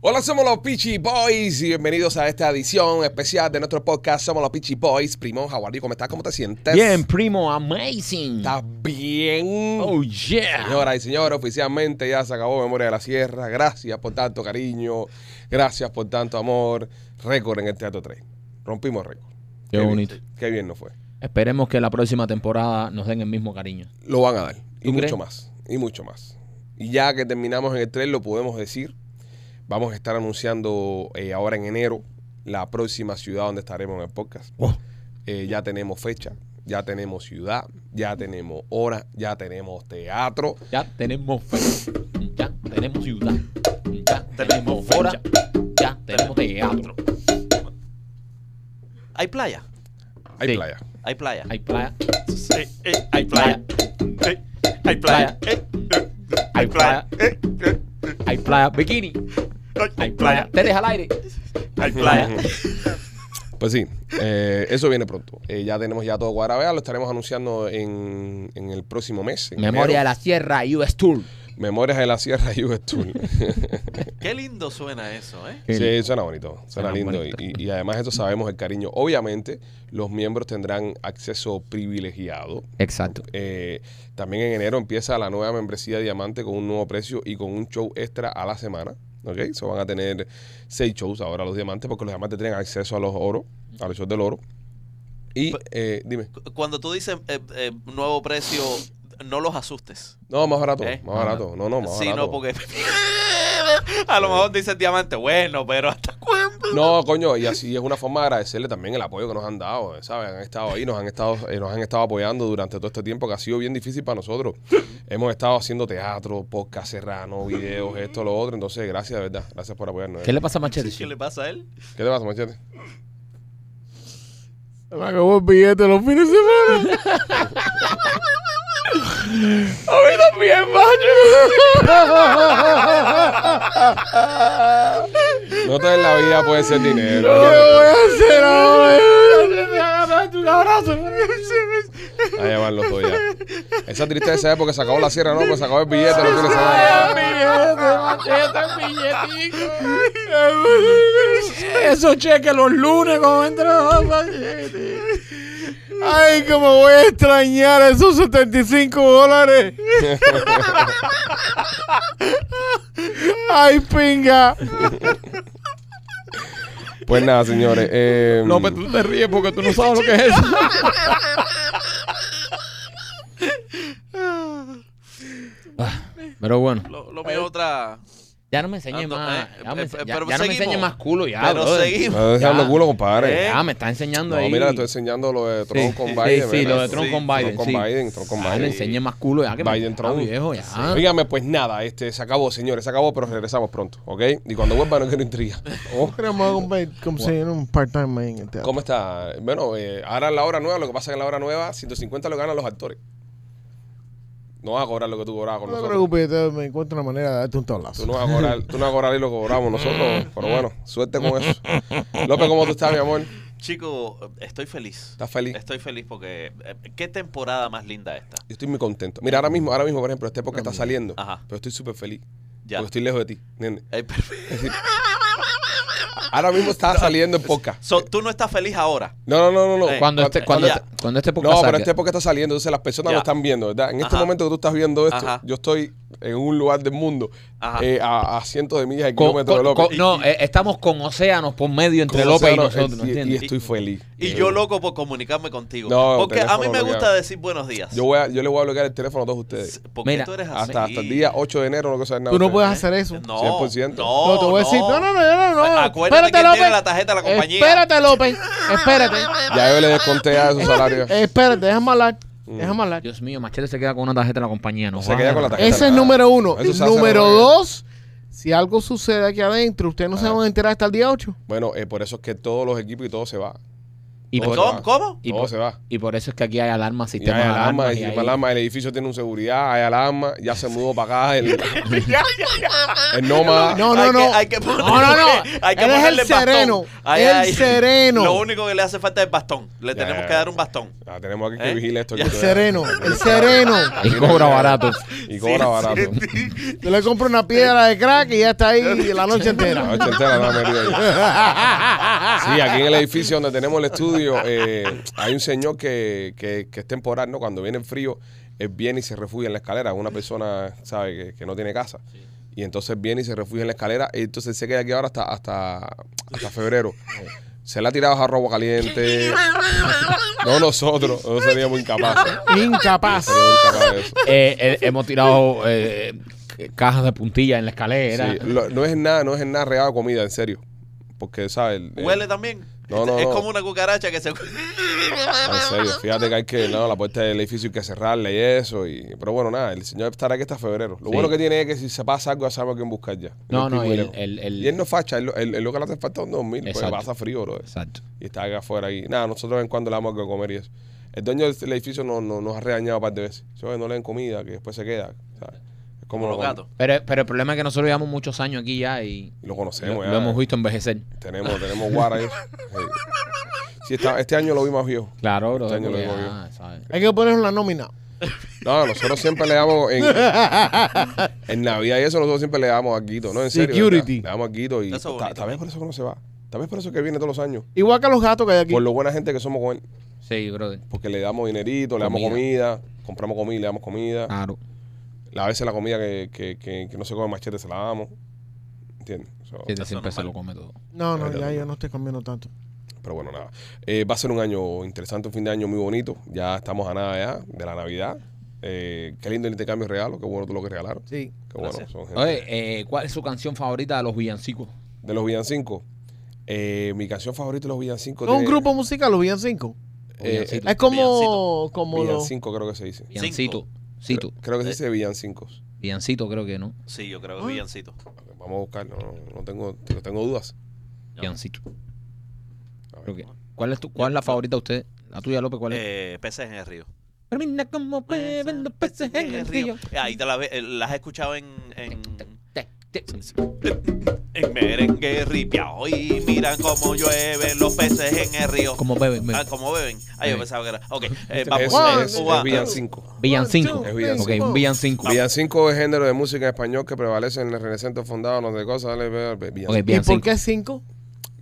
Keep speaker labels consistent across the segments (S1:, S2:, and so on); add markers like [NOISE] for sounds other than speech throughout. S1: Hola, somos los Peachy Boys y bienvenidos a esta edición especial de nuestro podcast. Somos los Peachy Boys. Primo, Jaguarí, ¿cómo estás? ¿Cómo te sientes?
S2: Bien, primo, amazing.
S1: ¿Estás bien?
S2: Oh, yeah.
S1: Señoras y señores, oficialmente ya se acabó Memoria de la Sierra. Gracias por tanto cariño. Gracias por tanto amor. Récord en el Teatro 3. Rompimos récord.
S2: Qué
S1: bien-
S2: bonito.
S1: qué bien nos fue.
S2: Esperemos que la próxima temporada nos den el mismo cariño.
S1: Lo van a dar. Y
S2: ¿Tú
S1: mucho
S2: crees?
S1: más. Y mucho más. Y ya que terminamos en el 3, lo podemos decir. Vamos a estar anunciando eh, ahora en enero la próxima ciudad donde estaremos en el podcast.
S2: Oh.
S1: Eh, ya tenemos fecha, ya tenemos ciudad, ya tenemos hora, ya tenemos teatro.
S2: Ya tenemos fe, ya tenemos ciudad, ya tenemos hora, ya tenemos teatro.
S3: Hay playa.
S1: Hay
S2: Sí.
S1: playa.
S3: Hay playa.
S2: Hay playa,
S3: Eh, eh,
S2: hay playa,
S3: eh, hay playa. Eh, eh,
S2: hay playa,
S3: eh, eh,
S2: hay playa, bikini,
S3: eh,
S2: hay playa. Te deja al aire.
S3: Hay playa.
S1: Pues sí, eh, eso viene pronto. Eh, ya tenemos ya todo cuadrado, ya lo estaremos anunciando en, en el próximo mes. en
S2: Memoria de
S1: enero.
S2: la Sierra US Tour.
S1: Memorias de la Sierra [LAUGHS] Youth Tour.
S3: [LAUGHS] Qué lindo suena eso, ¿eh?
S1: Sí, suena bonito, suena,
S2: Suena
S1: lindo.
S2: bonito.
S1: Y, y además eso sabemos el cariño. Obviamente los miembros tendrán acceso privilegiado.
S2: Exacto.
S1: Eh, también en enero empieza la nueva membresía Diamante con un nuevo precio y con un show extra a la semana. ¿Ok? Eso van a tener seis shows ahora los diamantes porque los diamantes tienen acceso a los oros, a los shows del oro. Y eh, dime,
S3: Cu- Cuando tú dices eh, eh, nuevo precio, no los asustes.
S1: no, más barato,
S3: ¿Eh?
S1: más barato. No, no, más
S3: Sí,
S1: barato.
S3: no, porque [LAUGHS] a lo mejor dices diamante, bueno, pero hasta cuándo.
S1: No, coño, y así es una forma de agradecerle también el apoyo que nos han dado, ¿sabes? Han estado ahí, nos han estado, eh, nos han estado apoyando durante todo este tiempo que ha sido bien difícil para nosotros. Hemos estado haciendo teatro, podcast serrano, videos, esto, lo otro. Entonces, gracias, de verdad. Gracias por apoyarnos. ¿eh?
S2: ¿Qué le pasa a Machete?
S3: ¿Qué le pasa a él?
S1: ¿Qué te pasa, Machete?
S2: Se me acabó el billete los fines de semana. A mí también, macho.
S1: No todo en la vida puede ser dinero.
S2: voy a hacer?
S1: A llamarlo todo ya. Esa tristeza es porque se acabó la sierra, no, porque se acabó el billete, no tiene semana.
S2: Eso cheque los lunes como entran los Ay, como voy a extrañar esos 75 dólares. Ay, pinga.
S1: Pues nada, señores. Eh,
S2: López, pues tú te ríes porque tú no sabes lo que es eso. [LAUGHS] Pero bueno,
S3: Lo, lo mío otra.
S2: ya no me enseñes
S3: Ando-
S2: más.
S3: eh,
S2: Ya, me
S3: eh,
S2: ense-
S3: eh,
S2: ya-
S3: pero
S2: ya no me
S3: seguimos.
S2: enseñes más culo, ya.
S3: Pero
S2: brother.
S3: seguimos.
S1: No dejando
S2: Ya.
S1: culo, compadre.
S3: Eh,
S2: Ya, me está enseñando
S1: No,
S2: ahí.
S1: mira, le estoy enseñando lo de Trump
S2: Sí,
S1: con
S2: sí,
S1: Biden.
S2: sí,
S1: ¿verdad?
S2: lo de Trump
S3: Sí,
S2: con Biden.
S1: Trump con
S2: sí.
S1: Biden, Trump con
S2: Ya le
S1: Biden.
S2: enseñé más culo, ya que me-
S1: Biden
S2: ya,
S1: Trump.
S2: viejo, ya.
S1: Dígame, pues nada, este se acabó, señores, se acabó, pero regresamos pronto, ¿ok? Y cuando vuelva no quiero
S2: [LAUGHS]
S1: intriga. Oh,
S4: Queremos comp- conseguir un part-time ahí en el teatro.
S1: ¿Cómo está? Bueno, eh, ahora la hora nueva, lo que pasa es que en la hora nueva 150 lo ganan los actores. No vas a cobrar lo que tú cobrabas con
S4: No te
S1: nosotros.
S4: preocupes, yo te- me encuentro una manera de darte un
S1: Tú
S4: tablazo.
S1: no vas a cobrar, tú no vas a cobrar y lo cobramos
S2: [LAUGHS]
S1: nosotros, pero bueno, suerte con eso. López, ¿cómo tú estás, mi amor?
S3: Chico, estoy feliz.
S1: ¿Estás feliz?
S3: Estoy feliz porque. eh, ¿Qué temporada más linda esta?
S1: Yo estoy muy contento. Mira, ahora mismo, ahora mismo, por ejemplo, este porque está saliendo,
S3: Ajá.
S1: pero estoy súper feliz.
S3: Ya.
S1: Porque estoy lejos de ti, ¿entiendes?
S3: Eh,
S1: Es decir, ahora mismo está saliendo en poca.
S3: [LAUGHS] so, tú no estás feliz ahora.
S1: No, no, no, no. no.
S3: Eh,
S2: Cuando este,
S3: Ya.
S2: cuando este- cuando este podcast
S1: No, pero
S2: salga.
S1: este porque está saliendo, entonces las personas
S3: Ya.
S1: lo están viendo, ¿verdad? En este
S3: Ajá.
S1: momento que tú estás viendo esto,
S3: Ajá.
S1: yo estoy en un lugar del mundo,
S3: Ajá.
S1: eh, a, a cientos de millas de
S2: Con-
S1: kilómetros de
S2: con-
S1: López.
S2: con- no, eh, estamos con océanos por medio entre
S1: Con
S2: López y
S1: océanos,
S2: nosotros,
S1: eh,
S2: ¿no
S1: y- y,
S2: entiendes?
S1: estoy feliz.
S3: Y
S1: Eh,
S3: yo loco por comunicarme contigo.
S1: No,
S3: porque a mí
S1: teléfono
S3: me
S1: bloqueado.
S3: gusta decir buenos días.
S1: Yo, voy a- yo le voy a bloquear el teléfono a todos ustedes.
S3: ¿Por qué
S2: Mira,
S3: tú eres así?
S1: Hasta, hasta el día 8 de enero no quiero saber nada.
S4: Tú no
S1: de
S4: puedes
S1: ustedes.
S4: hacer eso.
S3: No,
S1: 100%.
S3: no,
S4: No, te voy a decir, no, no, no, no, no.
S3: Acuérdate
S4: espérate,
S3: que
S4: López.
S3: tiene la tarjeta de la compañía.
S4: Espérate, López. Espérate. Eh,
S1: Ya yo le desconté a esos salarios.
S4: Espérate, déjame hablar. Déjame hablar.
S2: Dios mío, Machete se queda con una tarjeta de la compañía. No
S1: Se queda con la tarjeta.
S4: Ese es
S1: nada.
S4: número uno.
S1: Eso se hace
S4: Número
S1: luego.
S4: dos, si algo sucede aquí adentro, ustedes no se van a enterar hasta el día 8.
S1: Bueno, eh, por eso es que todos los equipos y todo se va.
S2: Y
S1: Todo
S2: por,
S1: se va.
S3: ¿Cómo? ¿Cómo?
S2: y
S1: Todo
S2: por-
S1: se va.
S2: y por eso es que aquí hay
S1: Y
S2: alarmas,
S1: hay
S2: sistemas de
S1: alarma,
S2: alarmas.
S1: el
S2: y
S1: sistema
S2: hay-
S1: de alarma, el edificio tiene un seguridad, hay alarma, ya se mudó para acá
S4: [LAUGHS]
S1: el, el nómada.
S4: No,
S3: Hay
S4: no,
S3: que-
S4: no.
S3: hay que ponerle-
S4: no, no, no.
S3: hay que
S4: Él es
S3: ponerle
S4: el sereno.
S3: bastón. Ay,
S4: el
S3: ay.
S4: sereno.
S3: Lo único que le hace falta es bastón. Le
S1: Ya,
S3: tenemos
S1: ya,
S3: que dar
S1: ya.
S3: un bastón.
S1: Ah, tenemos aquí que
S3: ¿Eh?
S1: vigilar esto.
S3: Ya.
S1: que
S4: El
S1: te-
S4: sereno. El sereno.
S2: Y
S1: [LAUGHS]
S2: cobra barato.
S1: Y cobra
S3: Sí,
S1: barato.
S4: Yo le compro una piedra de crack y ya está ahí la noche entera.
S1: La noche entera la hemos metido ahí. Sí, aquí en el edificio donde tenemos el estudio, eh, hay un señor que, que- que es temporal, ¿no? Cuando viene el frío, él viene y se refugia en la escalera. Una persona, ¿sabe? Que, que no tiene casa. Y entonces viene y se refugia en la escalera. Y entonces se queda aquí ahora hasta, hasta, hasta febrero. Eh, Se le ha tirado jarro agua caliente. No nosotros, nosotros seríamos incapaces.
S4: Incapaz.
S1: Seríamos incapaces de eso.
S2: Eh, eh, hemos tirado eh, cajas de puntilla en la escalera.
S1: Sí, lo- no es nada, no es nada regado de comida, en serio. Porque, ¿sabes? El- el-
S3: Huele también.
S1: No, no,
S3: es
S1: no.
S3: como una cucaracha que se. [LAUGHS]
S1: En serio, fíjate que hay que, no, la puerta del edificio hay que cerrarla y eso. Y, pero bueno, nada, el señor estará aquí hasta febrero. Lo
S2: Sí.
S1: bueno que tiene es que si se pasa algo, ya sabemos a quién buscar ya.
S2: No,
S1: es
S2: no,
S1: muy
S2: el-
S1: lejos.
S2: el- el-
S1: y él no facha, él, lo- él- él lo que le hace falta es un 2000, pues
S2: Exacto.
S1: pasa frío, bro.
S2: Exacto.
S1: Y está acá afuera ahí. Nada, nosotros en cuando le damos algo de comer y eso. El dueño del edificio no, no- nos ha regañado un par de veces. Dice, "Oye, no le den comida, que después se queda. ¿sabes? Es como
S3: Como
S1: lo,
S3: los gatos.
S2: Pero, pero el problema es que nosotros llevamos muchos años aquí ya y
S1: lo
S2: lo,
S1: conocemos.
S2: lo
S1: ya.
S2: hemos visto envejecer.
S1: Tenemos, tenemos guara
S2: [LAUGHS]
S1: y eso. Sí. Sí, está- este año lo vi más viejo.
S2: Claro, bro.
S1: Este año lo
S2: porque,
S1: digo yo.
S2: ah, ¿sabes?
S4: Hay que poner una nómina.
S1: No, nosotros siempre le damos en, en Navidad y eso nosotros siempre le damos a Guito, ¿no? En serio,
S4: Security.
S1: ¿verdad? le damos a Guito y
S3: Eso es
S1: ta-
S3: bonito.
S1: tal vez por eso que no se va. Tal vez por eso que viene todos los años.
S4: Igual que los gatos que hay aquí.
S1: Por lo buena gente que somos con él.
S2: Sí, brother.
S1: Porque le damos dinerito, le damos comida, compramos comida, le damos comida.
S2: Claro.
S1: A veces la comida que, que, que, que no se come machete se la damos. ¿Entiendes? So,
S2: Sí,
S3: es
S2: siempre se
S3: normal.
S2: lo come todo.
S4: No, no, ya yo no estoy cambiando tanto.
S1: Pero bueno, nada. Eh, va a ser un año interesante, un fin de año muy bonito. Ya estamos a nada ya de la Navidad. Eh, qué lindo el intercambio de regalo, qué bueno todo lo que regalaron.
S4: Sí.
S1: Qué bueno,
S3: Gracias.
S1: son gente-
S2: Oye, eh, ¿cuál es su canción favorita de los villancicos?
S1: De los villancicos. Eh, mi canción favorita de los villancicos.
S4: Es un
S1: tiene- eh,
S4: grupo musical, los villancicos.
S2: Villancito.
S4: Es como, como los.
S1: Villancico creo que se dice.
S2: Villancito.
S1: Creo,
S2: Cito. Eh.
S1: creo que se dice villancicos.
S2: Villancito creo que no.
S3: Sí, yo creo que
S4: Ah.
S3: es villancito.
S1: Vamos a buscarlo. No, no tengo, tengo, tengo dudas.
S3: No.
S2: Villancito.
S1: A ver.
S2: Creo que- ¿Cuál es tu, cuál es la favorita de usted? La tuya, López, ¿cuál es?
S3: Eh, peces en el río.
S2: Mira cómo beben los peces en el río.
S3: Eh, Ahí te la ve- eh, las has escuchado en, en,
S2: Te- te-
S3: en merengue ripiao y mira cómo llueven los peces en el río.
S2: Como beben,
S3: Ah,
S2: beben.
S3: ¿cómo beben? Ah, yo
S2: Eh.
S3: pensaba que era. Ok, eh,
S1: Es,
S3: vamos.
S4: Juan,
S1: es,
S3: eh,
S1: es
S3: Cuba.
S1: villancico.
S2: Villancico.
S4: One,
S1: two,
S2: Ok,
S4: three,
S2: un
S4: four.
S2: villancico.
S1: Villancico es género de música en español que prevalece en el renacimiento fundado no sé cosas. Dale, dale, dale,
S2: Ok,
S1: villancico.
S4: ¿Y por
S2: villancico.
S4: qué cinco?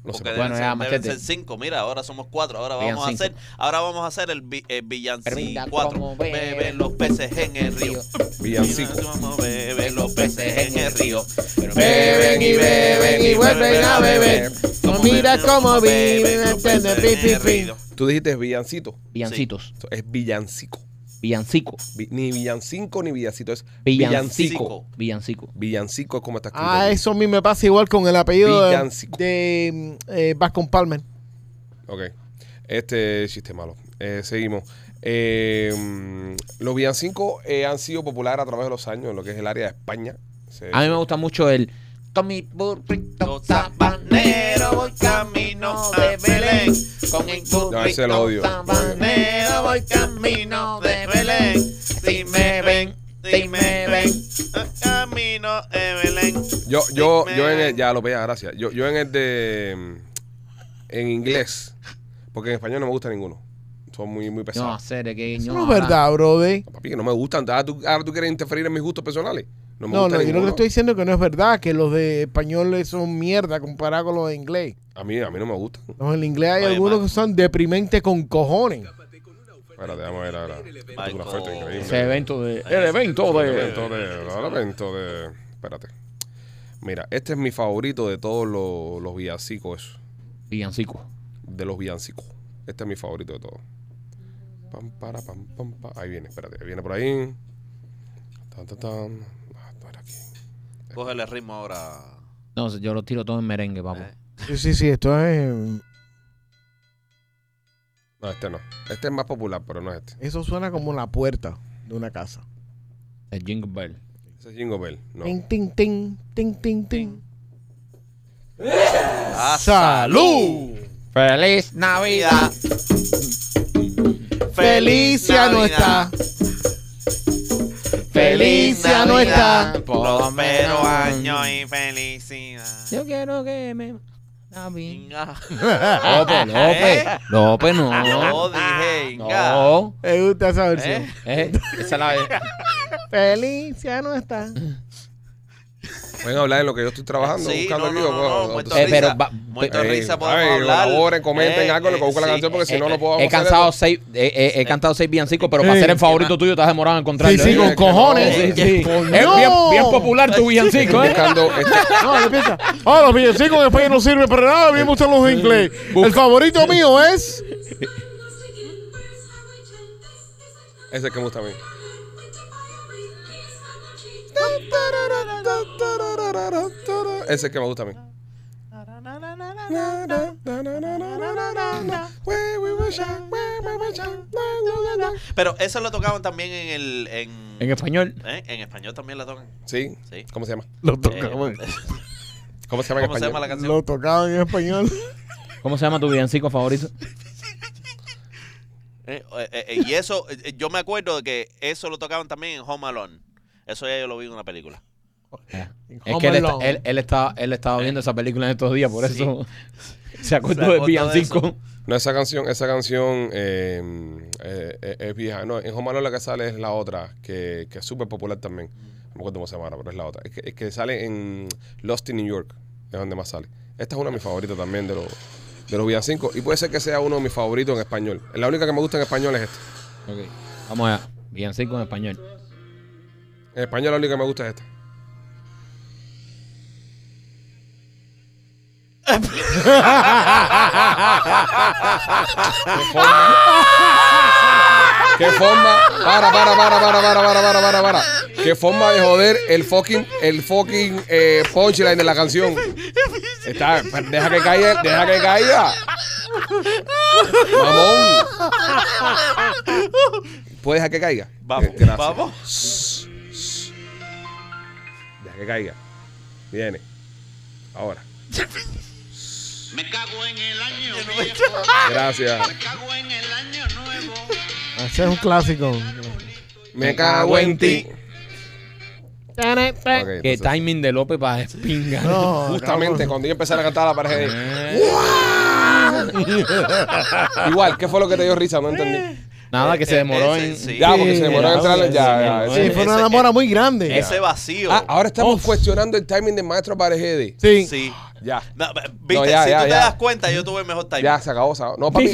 S1: No sé.
S3: Porque
S2: Bueno, ya,
S3: deben, ser, deben
S2: machete.
S3: ser cinco, mira, ahora somos cuatro, ahora
S2: Digan
S3: vamos
S2: cinco.
S3: a hacer, ahora vamos a hacer el, vi- el
S2: Mira cómo
S3: villancico cuatro.
S2: beben
S3: Beben los peces en el río.
S1: Villancico.
S3: Mira cómo Beben los peces en el río.
S4: Beben y beben y vuelven a beber. No mira cómo viven,
S3: los peces
S4: entiende,
S3: en
S4: pi,
S3: el
S4: pi, pi.
S3: río.
S1: Tú dijiste villancito.
S2: Villancitos.
S1: Eso Es villancico.
S2: Villancico.
S1: Vi- ni villancico ni villancito. Es villancico.
S2: Villancico. Villancico.
S1: Villancico es como está escrito.
S4: Ah, eso a mí me pasa igual con el apellido de,
S1: Villancico.
S4: de eh, Vascon Palmer.
S1: Ok. Este chiste malo. Eh, seguimos. Eh, mm, los villancicos eh, han sido populares a través de los años en lo que es el área de España. Se-
S4: Ah,
S2: A mí me gusta mucho el Tommy Burrito
S3: Los habaneros voy camino de Belén. Con el
S1: No, ese lo odio.
S3: habanero voy camino de Belén. Si me ven, si me ven, camino de Belén.
S1: Yo, yo,
S3: Stickman.
S1: yo en el, ya lo veía, gracias. Yo, yo en el de mm, en inglés, porque en español no me gusta ninguno. Son muy, muy
S2: No,
S1: pesados.
S2: seré que
S4: Eso no es verdad, brother.
S1: Papi, que no me gustan. Ahora tú, ahora tú quieres interferir en mis gustos personales. No me
S4: No,
S1: gusta
S4: no, yo lo
S1: ninguno.
S4: que estoy diciendo es que no es verdad, que los de españoles son mierda comparado con los de inglés.
S1: A mí, a mí no me gustan.
S4: Los en inglés hay
S3: Oye,
S4: algunos
S3: man.
S4: que son deprimentes con cojones.
S1: Espérate, vamos a ver ahora.
S3: Michael.
S1: Una oferta increíble.
S2: Ese evento de. El evento
S1: El evento de. el evento de- Espérate. Mira, este es mi favorito de todos los, los villancicos. eso.
S2: Villancico.
S1: De los villancicos. Este es mi favorito de todos. Pam, para, pam, pam, pa. Ahí viene, espérate. ahí Viene por ahí. Tan, tan, tan. Ah, no era aquí.
S3: Cógele ritmo ahora.
S2: No, yo lo tiro todo en merengue, papo.
S3: eh.
S4: Sí, sí, sí, esto es...
S1: No, este no. Este es más popular, pero no es este.
S4: Eso suena como la puerta de una casa.
S2: El Jingle Bell.
S1: Ese es Jingle Bell. No.
S4: Tin, tin, tin, tin, tin, tin.
S3: Ah,
S4: ¡Salud! Feliz Navidad.
S3: Felicia no está.
S4: Felicia no está.
S3: Prospero año y felicidad.
S4: Yo quiero que me. Navidad.
S3: Inga.
S2: López, López.
S3: [LAUGHS] ¿Eh?
S2: López,
S3: [LAUGHS] No
S2: no.
S3: dije Inga.
S2: No.
S4: Me gusta esa versión.
S3: ¿Eh?
S1: [LAUGHS]
S2: Eh, esa la es.
S4: Felicia no está.
S1: Pueden hablar de lo que yo estoy trabajando,
S3: Sí,
S1: buscando
S3: no,
S1: aquí.
S3: no,
S1: o-
S3: no, pues no,
S1: o- o-
S3: Puerto
S2: Eh, pero
S3: Risa.
S2: va-
S3: Muerto de
S1: Ey,
S3: risa podemos
S1: ay,
S3: hablar.
S1: colaboren, comenten
S3: Eh,
S1: algo, lo que
S3: eh,
S1: busca la
S3: sí.
S1: canción, porque si
S2: Eh,
S1: no, no
S2: eh,
S1: puedo
S2: He
S1: hacer
S2: cansado
S1: eso.
S2: seis, eh, eh, he cantado seis villancicos, pero para
S4: Sí.
S2: ser el favorito tuyo estás demorado en
S4: Sí,
S2: encontrarlo.
S4: sí, con
S1: eh,
S4: cojones.
S3: eh,
S2: Sí, sí.
S4: Coño.
S2: Es bien, bien popular tu villancico, ¿eh?
S1: Buscando este-
S4: No, yo pienso, Ah, los villancicos en España no sirven para nada. A mí me gustan los en inglés. El favorito mío es.
S1: Ese que me gusta a mí. Ese que me gusta a mí.
S3: Pero eso lo tocaban también en el. En,
S2: En español.
S3: ¿eh? en español también la tocan.
S1: ¿Sí?
S3: Sí.
S1: ¿Cómo se llama?
S4: Lo
S3: [LAUGHS] Eh,
S1: ¿Cómo se llama en
S3: ¿Cómo se llama la
S1: español?
S3: canción?
S4: tocaba en español.
S2: ¿Cómo se llama tu villancico favorito?
S3: Eh, eh, eh, y eso, eh, eh, yo me acuerdo de que eso lo tocaban también en Home Alone. Eso ya yo lo vi en una película.
S2: Eh, Es
S4: Home
S2: que él, está-
S4: Alone.
S2: él, él estaba, él estaba viendo esa película en estos días, por
S3: Sí.
S2: eso [LAUGHS] se acordó
S3: Se
S2: de
S3: acordó de
S2: Villancico.
S3: eso.
S1: No, esa canción, esa canción eh, eh, eh, es vieja. No, en Homalo la que sale es la otra, que, que es súper popular también. No me acuerdo cómo se llama ahora, pero es la otra. Es que, es que sale en Lost in New York, es donde más sale. Esta es una de mis favoritas también de los, de los villancicos. Y puede ser que sea uno de mis favoritos en español. La única que me gusta en español es esta.
S2: Ok, Vamos allá. Villancico en español.
S1: En español la única que me gusta es esta. ¿Qué forma? ¿Qué forma? Para, para, para, para, para, para, para, para, para. ¿Qué forma de joder el fucking, el fucking eh, punchline de la canción? Está, pues, deja que caiga, deja que caiga. Mamón. ¿Puedes dejar que caiga?
S3: Vamos,
S1: Eh, gracias.
S3: vamos.
S1: Deja que caiga. Viene. Ahora.
S5: Me cago en el año
S3: no me-
S5: viejo,
S1: Gracias.
S5: me cago en el año nuevo.
S4: Ese es un clásico.
S1: Me cago en ti. Ok,
S2: Qué
S1: entonces,
S2: timing de López para espingar.
S4: No,
S1: justamente cuando yo empecé a cantar la pareja de... Ah. [LAUGHS] Igual, ¿qué fue lo que te dio risa? No entendí.
S2: Nada, que se demoró
S3: Ese,
S2: en.
S3: sí.
S1: Ya, porque se demoró en
S2: ya,
S1: entrar. Ya,
S2: sí,
S1: ya,
S4: cabrón.
S1: ese-
S4: Sí, fue una
S3: ese-
S4: demora muy grande.
S3: Ese vacío.
S1: Ah, ahora estamos cuestionando el timing del maestro Parejede.
S4: Sí.
S3: Sí.
S1: Ya.
S3: No, viste,
S1: No, ya,
S3: si
S1: ya,
S3: tú te
S1: ya.
S3: das cuenta, yo tuve el mejor timing.
S1: Ya, se acabó. se acabó. No, papi.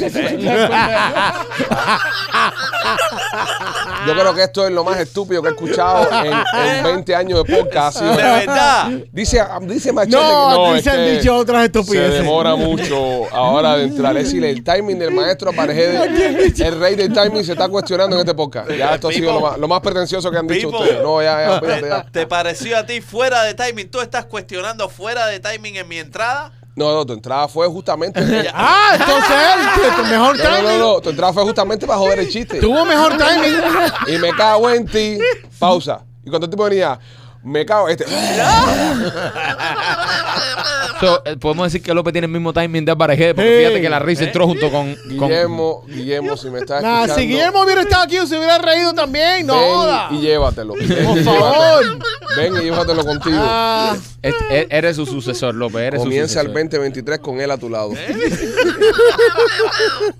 S1: Yo creo que esto es lo más estúpido que he escuchado en, en 20 años de podcast. ha
S3: De
S1: sido- [LAUGHS]
S3: verdad.
S1: Dice, ah, dice Machete que
S4: No, aquí
S1: es
S4: se han
S1: que
S4: dicho otras
S1: Se
S4: estupideces.
S1: demora mucho ahora de entrar. Es decir, el timing del maestro Aparejede, el rey del timing se está cuestionando en este podcast. Ya esto ha sido lo más, lo más pretencioso que han dicho
S3: Pipo.
S1: ustedes. No, ya, ya, olvídate,
S3: ¿Te,
S1: ya.
S3: te pareció a ti fuera de timing? ¿Tú estás cuestionando fuera de timing en mi entrada?
S1: No, no, tu entrada fue justamente. [LAUGHS] No,
S4: Ah, entonces él, tu mejor
S1: no, no,
S4: timing.
S1: no, tu entrada fue justamente para joder el chiste.
S4: Tuvo mejor timing.
S1: Y me cago en ti. Pausa. Y cuando el tipo venía, me cago.
S4: [LAUGHS]
S1: Este.
S2: So, eh, podemos decir que López tiene el mismo timing de Aparejede, porque
S4: Sí.
S2: fíjate que la risa entró junto con. con
S1: Guillermo, Guillermo, si me estás
S4: Nah,
S1: escuchando.
S4: si Guillermo hubiera estado aquí, se hubiera reído también. No
S1: ven
S4: joda.
S1: y llévatelo. Ven
S4: Por
S1: y
S4: favor.
S1: llévatelo. Ven y llévatelo contigo.
S4: Ah,
S2: Es- e- eres su sucesor, López. Eres
S1: Comienza
S2: su
S1: el
S2: sucesor.
S1: 2023 con él a tu lado.
S3: ¿Eh?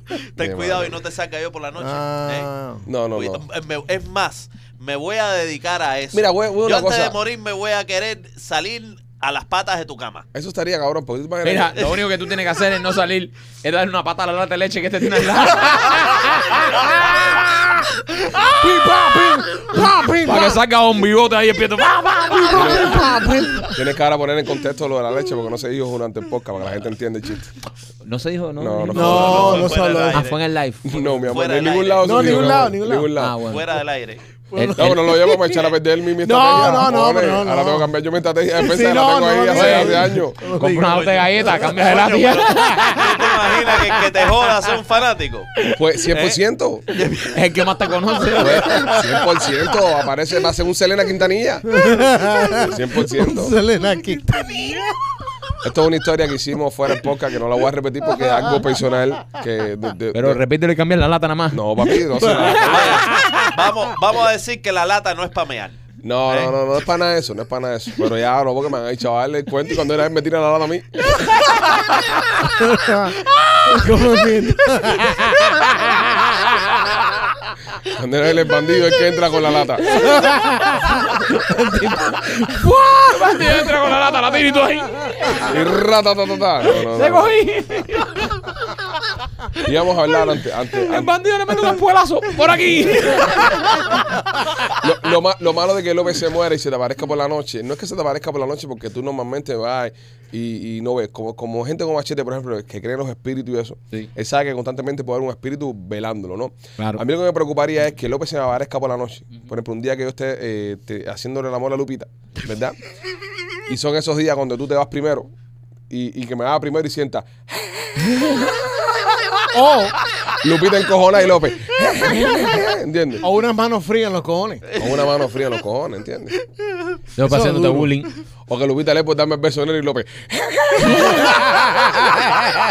S3: Ten
S1: De
S3: cuidado
S1: madre.
S3: y no te salga yo por la noche.
S4: ah.
S1: No,
S3: ¿eh?
S1: no,
S3: Cuida-
S1: no.
S3: eh, me- es más, me voy a dedicar a eso.
S1: Mira, güey, güey,
S3: yo
S1: una
S3: antes de
S1: cosa.
S3: morir me voy a querer salir a las patas de tu cama.
S1: Eso estaría cabrón, porque tú te imaginas
S2: Mira,
S1: que-
S2: lo único que tú tienes que hacer es no salir, es darle una pata a la lata de leche que este tiene al lado.
S4: Pim, pam, pim, pam, pim,
S2: para que
S4: pam,
S2: salga un bigote ahí empiezo. ¡pa, pa, pa!
S4: pim, pam, pim.
S1: tienes que ahora poner en contexto lo de la leche, porque no se dijo durante el podcast, para que la gente entienda el chiste. [LAUGHS]
S2: No se dijo, no.
S1: No, no.
S4: No, no
S3: no, fuera
S4: solo
S3: del
S4: eso.
S2: Ah,
S3: aire.
S2: fue en el live.
S1: No, mi amor,
S3: Fuera
S1: de
S3: del
S1: ningún
S3: aire.
S1: lado. se
S4: No,
S1: dijo,
S4: ningún
S1: mi
S4: lado,
S1: amor,
S4: ningún lado.
S2: Ah, bueno. Este,
S3: Fuera del aire.
S2: El-
S1: No,
S2: el-
S1: pero lo llevo para echar a perder mi, mi estrategia.
S4: [LAUGHS] no, no,
S1: cojones.
S4: pero no,
S1: Ahora
S4: no.
S1: tengo que cambiar yo mi estrategia de defensa,
S4: Sí,
S1: que la
S4: no,
S1: tengo ahí
S4: no,
S1: hace,
S4: no.
S1: hace años.
S2: Compra una lata de galletas, cambias de
S3: Coño, pero-
S2: lata.
S3: ¿Tú te imaginas que, que te joda ser un fanático? ¿Eh?
S1: Pues
S3: [LAUGHS]
S1: 100%.
S2: Es el que más te conoce.
S1: Pues, 100%. Aparece,
S4: [LAUGHS]
S1: va a ser un Selena Quintanilla. 100%.
S4: Selena Quintanilla.
S1: Esto es una historia que hicimos fuera en podcast que no la voy a repetir porque es algo personal. Que de- de-
S6: Pero
S1: de-
S6: repítelo y cambias la lata nada más.
S1: No, papi, no se
S6: [LAUGHS]
S1: la-
S3: Vamos, vamos a decir que la lata no es pamear.
S1: No, no, no, no es para nada eso, no es para nada eso. Pero ya no, porque me han dicho, darle el cuento y cuando era él me tira la lata a mí.
S6: ¿Cómo que?
S1: Cuando era él el bandido, el que entra con la lata.
S6: entra con la lata, la tira y tú ahí.
S1: Y ratatatata. No, no, no,
S6: ¡Te
S1: no.
S6: cogí!
S1: Íbamos a hablar antes. antes,
S6: ¡El
S1: antes.
S6: bandido le mete un puelazo! ¡Por aquí!
S1: Lo, lo ma- lo malo de que López se muera y se te aparezca por la noche, no es que se te aparezca por la noche porque tú normalmente vas y, y no ves. Como, como gente con machete, por ejemplo, que cree en los espíritus y eso,
S2: Sí.
S1: él sabe que constantemente puede haber un espíritu velándolo, ¿no?
S6: Claro.
S1: A mí lo que me preocuparía es que López se me aparezca por la noche. Por ejemplo, un día que yo esté eh, te- haciéndole el amor a Lupita, ¿verdad? y son esos días cuando tú te vas primero y, y que me haga primero y sienta.
S4: O,
S1: ¡Ah! Lupita encojona y López. ¿Entiendes?
S4: o unas manos frías en los cojones.
S1: Con una mano fría en los cojones, ¿entiendes?
S6: Yo
S4: Eso
S6: pasándote
S4: duro.
S6: bullying.
S1: O que Lupita le por darme el beso en él y López.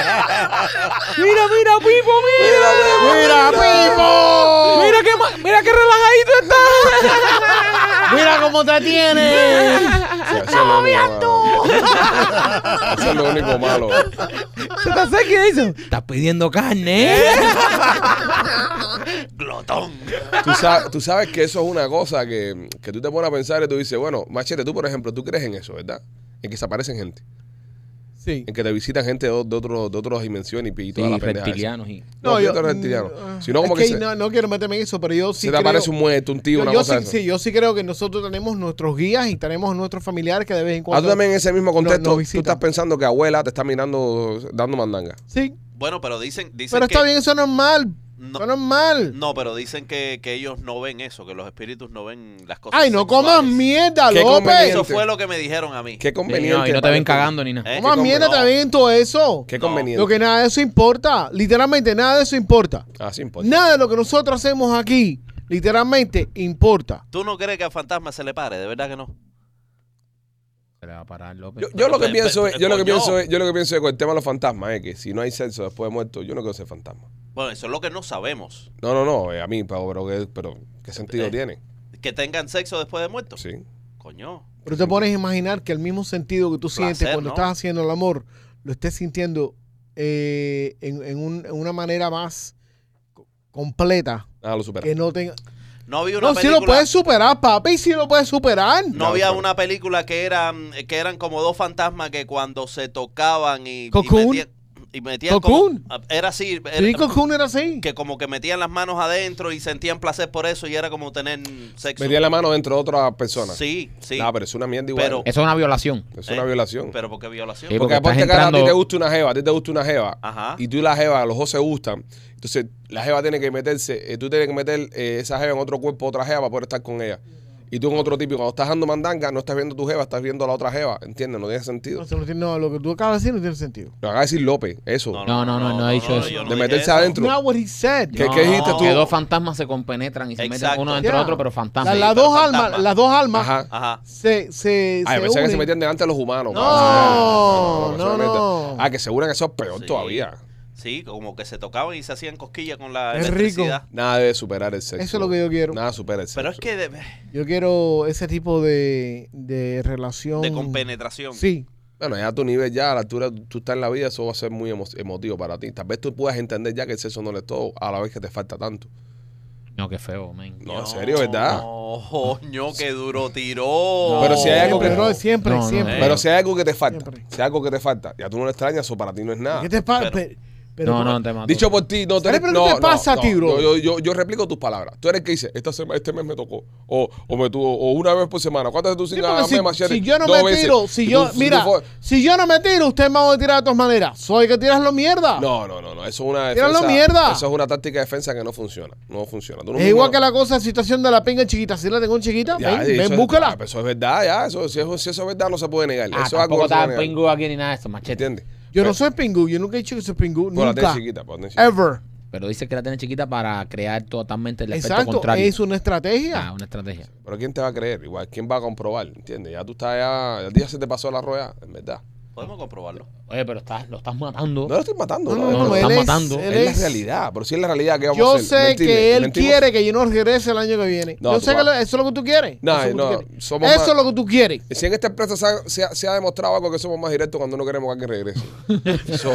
S6: Mira, mira, Pipo, mira.
S4: ¡Mira, Pipo!
S6: Mira qué, ma- mira qué relajadito estás.
S4: ¡Mira cómo te tienes! [LAUGHS]
S1: O sea, eso es lo único malo. [LAUGHS] Eso es lo único malo.
S6: ¿Se te acerca y dice, Estás pidiendo carne, ¿eh?
S3: Glotón.
S1: Tú sabes, tú sabes que eso es una cosa que, que tú te pones a pensar y tú dices, bueno, Machete, tú por ejemplo, tú crees en eso, ¿verdad? En que se aparecen gente.
S4: Sí.
S1: En que te visitan gente de, o- de otro- de otras dimensiones y, y toda
S2: Sí,
S1: la pendeja. esa.
S2: reptilianos y.
S1: No, yo no reptiliano. Sino como
S4: mm, es
S1: que
S4: que
S1: se-
S4: no, no quiero meterme en eso, pero yo sí
S1: se te
S4: creo-
S1: aparece un muerto, un tío,
S4: yo,
S1: una
S4: yo
S1: cosa
S4: sí,
S1: de eso. Ah,
S4: sí, yo sí creo que nosotros tenemos nuestros guías y tenemos nuestros familiares que de vez en
S1: Ah,
S4: cuando...
S1: tú también en ese mismo contexto,
S4: nos
S1: tú
S4: visitan.
S1: estás pensando que abuela te está mirando, dando mandanga.
S4: Sí,
S3: Bueno, pero dicen, dicen
S4: pero
S3: que
S4: está bien, eso es normal.
S3: No.
S4: Eso es normal.
S3: No, pero dicen que, que ellos no ven eso, que los espíritus no ven las cosas.
S4: ¡Ay, no
S3: sexuales.
S4: comas mierda,
S1: Qué
S4: López!
S1: conveniente.
S3: Eso fue lo que me dijeron a mí.
S1: Qué
S2: Sí,
S1: conveniente.
S2: no, y no te
S1: para
S2: ven
S1: que tú-
S2: cagando ni nada.
S3: ¿Eh?
S4: Comas
S1: que
S4: mierda
S3: no.
S4: también en todo eso.
S1: Qué
S3: No.
S1: conveniente.
S4: Lo que nada de eso importa. Literalmente nada de eso importa.
S1: Ah, sí, importa.
S4: Nada de lo que nosotros hacemos aquí, literalmente, importa.
S3: ¿Tú no crees que a fantasma se le pare? De verdad que no.
S2: Se le va a parar López.
S1: Yo, yo lo que
S3: Pues, Pero-
S1: pienso es,
S3: pero-
S1: yo lo que
S3: coño.
S1: pienso es, yo lo que pienso es con el tema de los fantasmas, es que si no hay sexo después de muerto, yo no quiero ser fantasma.
S3: Bueno, eso es lo que no sabemos.
S1: No, no, no, eh, a mí, pero, pero, ¿qué- pero ¿qué sentido
S3: Eh.
S1: tiene?
S3: Que tengan sexo después de muertos.
S1: Sí.
S3: Coño.
S4: Pero te pones a imaginar que el mismo sentido que tú
S3: Placer,
S4: sientes cuando
S3: ¿no?
S4: estás haciendo el amor, lo estés sintiendo eh, en, en un- en una manera más co- completa.
S1: Nada lo supera.
S4: Que no tenga.
S3: No había una
S4: No, pues, si
S3: película.
S4: lo puedes superar, papi, si lo puedes superar.
S3: no
S1: No,
S3: había
S1: claro.
S3: una película que eran, que eran como dos fantasmas que cuando se tocaban y. y
S4: Cocoon.
S3: metían- Y metían. como- Ah,
S4: Cocoon.
S3: era así. era-
S4: Rico Kun era así.
S3: que como que metían las manos adentro y sentían placer por eso y era como tener sexo.
S1: Metía la mano dentro de otra persona.
S3: Sí, sí.
S1: No, pero es una mierda igual.
S3: Pero-
S2: Eso es una violación.
S1: es una
S3: Eh,
S1: violación.
S3: Pero ¿por qué violación?
S2: Sí,
S1: porque
S2: porque estás
S1: aparte cara, a ti
S2: entrando-
S1: te gusta una jeva, a ti te gusta una jeva.
S3: Ajá.
S1: Y tú y la jeva, los dos se gustan. Entonces, la jeva tiene que meterse, eh, tú tienes que meter eh, esa jeva en otro cuerpo, otra jeva para poder estar con ella. Y tú en otro tipo, y cuando estás dando mandanga, no estás viendo tu jeva, estás viendo a la otra jeva. ¿Entiendes? No tiene sentido.
S4: No, eso no tiene- no, lo que tú acabas de decir no tiene sentido.
S1: Lo acaba de decir López, eso.
S2: No, no, no, no he dicho eso.
S3: yo no
S1: de
S3: dije
S1: meterse
S3: eso.
S1: adentro.
S4: Not what he said.
S1: ¿Qué- qué dijiste tú?
S2: Que dos fantasmas se compenetran y se meten
S3: Exacto.
S2: uno dentro de
S4: Ya.
S2: otro, pero
S4: La-
S2: fantasmas.
S4: las,
S3: pero
S4: dos
S3: fantasma.
S4: almas, las dos almas
S1: Ajá.
S3: Ajá.
S4: se, se,
S1: Ay, pensé
S4: se
S1: que se
S4: unen.
S1: metían delante de los humanos.
S4: No,
S1: Ah,
S4: no,
S1: eso es
S4: no.
S1: mierda. Ah, que aseguran que eso es peor
S3: Sí.
S1: todavía.
S3: Sí, como que se tocaban y se hacían cosquillas con la
S4: Es
S3: electricidad.
S1: Nada debe superar el sexo.
S4: Eso es lo que yo quiero.
S1: Nada supera el sexo.
S3: Pero es que de,
S4: Yo quiero ese tipo de, de relación.
S3: de compenetración.
S4: Sí.
S1: Bueno, ya a tu nivel, ya a la altura tú estás en la vida, eso va a ser muy emo- emotivo para ti. Tal vez tú puedas entender ya que el sexo no le es todo a la vez que te falta tanto.
S2: No, qué feo, men.
S1: No, en serio, ¿verdad?
S3: No, [LAUGHS] coño, que duro tiró.
S1: Pero si hay algo
S4: Siempre,
S1: que-
S4: bro, siempre,
S2: No, no,
S4: siempre.
S2: no.
S1: Pero si hay algo que te falta,
S4: Siempre.
S1: si hay algo que te falta, ya tú no lo extrañas, eso para ti no es nada.
S4: ¿Qué te pasa?
S3: Pero-
S4: Pero, pero-
S2: No, no, te mato.
S1: Dicho por ti, no
S4: ¿Sabes
S1: tenés-
S4: pero
S1: no,
S4: qué te
S1: no,
S4: pasa a
S1: no,
S4: ti, bro?
S1: Yo, yo, yo replico tus palabras. Tú eres el que dice, esta sema- este mes me tocó. O, o me tuvo, o una vez por semana. ¿Cuántas tú
S4: Sí,
S1: sin
S4: porque
S1: a- me
S4: si,
S1: machete?
S4: si yo no
S1: Dos
S4: me
S1: veces.
S4: tiro, si
S1: Tú-
S4: yo,
S1: tú-
S4: mira,
S1: tú-
S4: si yo no me tiro, usted me va a tirar de todas maneras. Soy que tiras lo mierda.
S1: No, no, no, no. Eso es una
S4: Tíralo
S1: defensa.
S4: mierda.
S1: Eso es una táctica de defensa que no funciona. No funciona. Tú no
S4: es
S1: mismo no-
S4: igual que la cosa, situación de la pinga chiquita. Si la tengo en chiquita,
S1: Ya,
S4: ven,
S1: eso
S4: ven,
S1: es-
S4: búscala.
S1: ah, pero eso es verdad, ya. Eso, si, eso, si eso es verdad, no se puede negar.
S2: Ah,
S1: eso es algo que
S2: tampoco
S1: no se
S2: está
S1: puede negar.
S2: pingú aquí ni nada de eso, machete.
S1: ¿Entiendes?
S4: yo no soy pingú, yo nunca he dicho que soy pingú,
S1: Por la
S4: nunca.
S1: tele chiquita, por la tele chiquita.
S4: Ever.
S2: Pero dice que la tiene chiquita para crear totalmente el efecto
S4: Exacto,
S2: contrario.
S4: es una estrategia.
S2: Ah, una estrategia.
S1: Pero ¿quién te va a creer? Igual, ¿quién va a comprobar? ¿Entiendes? Ya tú estás ya. El día se te pasó la rueda, en verdad.
S3: Podemos comprobarlo.
S2: Oye, pero estás, lo estás matando.
S1: No lo estoy matando.
S4: No, no,
S1: brother.
S4: no,
S2: lo
S4: él
S2: están
S4: es-
S2: matando.
S4: él
S1: Es la
S4: es-
S1: realidad, pero si es la realidad que vamos a
S4: Yo
S1: hacer.
S4: sé
S1: Mentirle,
S4: que él
S1: mentimos.
S4: quiere que yo no regrese el año que viene.
S1: No,
S4: yo
S1: tú
S4: sé que
S1: vas.
S4: lo- eso es lo que tú quieres.
S1: No,
S4: eso es lo que
S1: no,
S4: tú quieres.
S1: somos
S4: Eso
S1: más-
S4: es lo que tú quieres.
S1: Si en esta empresa se ha, se ha- se ha demostrado algo que somos más directos cuando no queremos que alguien regrese. Eso-
S4: [LAUGHS]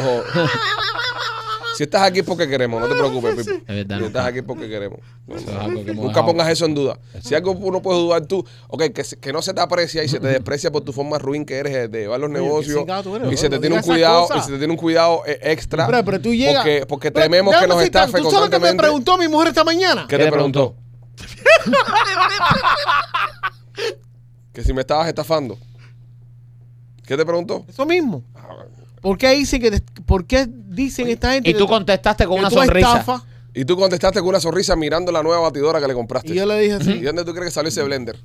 S1: si estás aquí es porque queremos, no te preocupes, Pipo.
S2: Es verdad,
S1: Si
S2: no.
S1: estás aquí es porque queremos. No,
S2: Eso
S1: no.
S2: es algo que hemos
S1: Nunca
S2: dejado.
S1: pongas eso en duda. Si algo uno puede dudar tú, ok, que, se- que no se te aprecia y se te desprecia por tu forma ruin que eres de- de llevar los
S4: Oye, qué
S1: negocios.
S4: cingado tú eres,
S1: Y se
S4: bro,
S1: te
S4: no
S1: tiene un
S4: digas esas
S1: cuidado, y
S4: cosas.
S1: se te tiene un cuidado eh, extra.
S4: Pero, pero tú llegas.
S1: Porque, porque
S4: Pero,
S1: tememos que
S4: déjame
S1: nos
S4: decirte algo.
S1: estafe
S4: ¿Tú sabes lo que me
S1: constantemente.
S4: preguntó mi mujer esta mañana?
S1: ¿Qué
S2: ¿Qué
S1: te
S2: te
S1: preguntó? que si me estabas estafando. ¿Qué te preguntó?
S4: Eso mismo. ¿Por qué dicen que te- por qué dicen esta gente
S2: Y
S4: que
S2: tú
S4: tú-
S2: contestaste con
S4: que
S2: una
S4: tú
S2: sonrisa. Ah,
S4: estafas?
S1: Y tú contestaste con una sonrisa mirando la nueva batidora que le compraste.
S4: Y yo le dije
S1: ¿Y
S4: así.
S1: dónde tú crees que salió ese blender?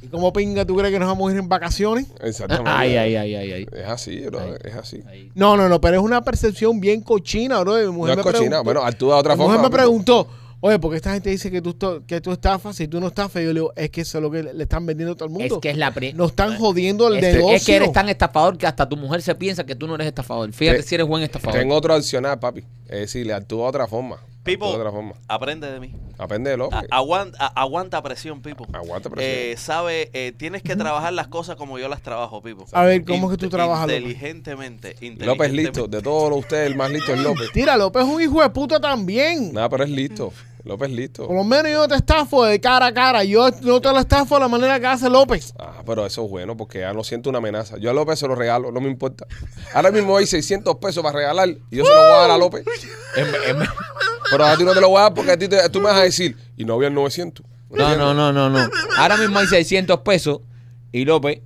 S4: ¿Y cómo pinga tú crees que nos vamos a ir en vacaciones?
S1: Exactamente.
S2: [LAUGHS] Ay, ay, ay, ay, ay.
S1: Es así, bro.
S2: Ay.
S1: Es así.
S2: Ahí.
S4: No, no, no, pero es una percepción bien cochina, bro. Mi
S1: No
S4: mujer
S1: es
S4: me
S1: cochina.
S4: preguntó-
S1: Bueno, actúa de otra
S4: mi
S1: forma.
S4: mujer me preguntó, oye, ¿por qué esta gente dice que tú, esto- que tú estafas? Si tú no estafas, yo le digo, es que eso es lo que le le están vendiendo a todo el mundo.
S2: Es que es la pri-
S4: Nos están jodiendo el
S2: es,
S4: negocio.
S2: es que eres tan estafador que hasta tu mujer se piensa que tú no eres estafador. Fíjate
S1: Te-
S2: si eres buen estafador.
S1: Tengo otro accionar, papi. Es decir, le actúa de otra forma.
S3: Pipo.
S1: Actúa
S3: Ah,
S1: de otra forma.
S3: Aprende de mí.
S1: Aprende de
S3: A-
S1: López.
S3: aguanta, a- aguanta presión, Pipo.
S1: Aguanta presión.
S3: Eh, sabe, eh, tienes que trabajar las cosas como yo las trabajo, Pipo.
S4: A ver, ¿cómo es que tú
S3: Inte-
S4: trabajas, López?
S3: Inteligentemente. inteligentemente.
S1: López es listo. De todos ustedes, el más listo es
S4: [LAUGHS]
S1: López.
S4: Tira, López es un hijo de puta también.
S1: Nada, pero es listo. López es listo.
S4: Por lo menos yo no te estafo de cara a cara. Yo no te la estafo de la manera que hace López.
S1: Ah, pero eso es bueno porque ya no siento una amenaza. Yo a López se lo regalo, no me importa. Ahora mismo hay 600 pesos para regalar y yo se lo voy a dar a López. Pero a ti no te lo voy a dar porque a ti te- tú me vas a decir, y no había el 900.
S2: No, no, no, no,
S4: [LAUGHS]
S2: no. Ahora mismo hay 600 pesos y López,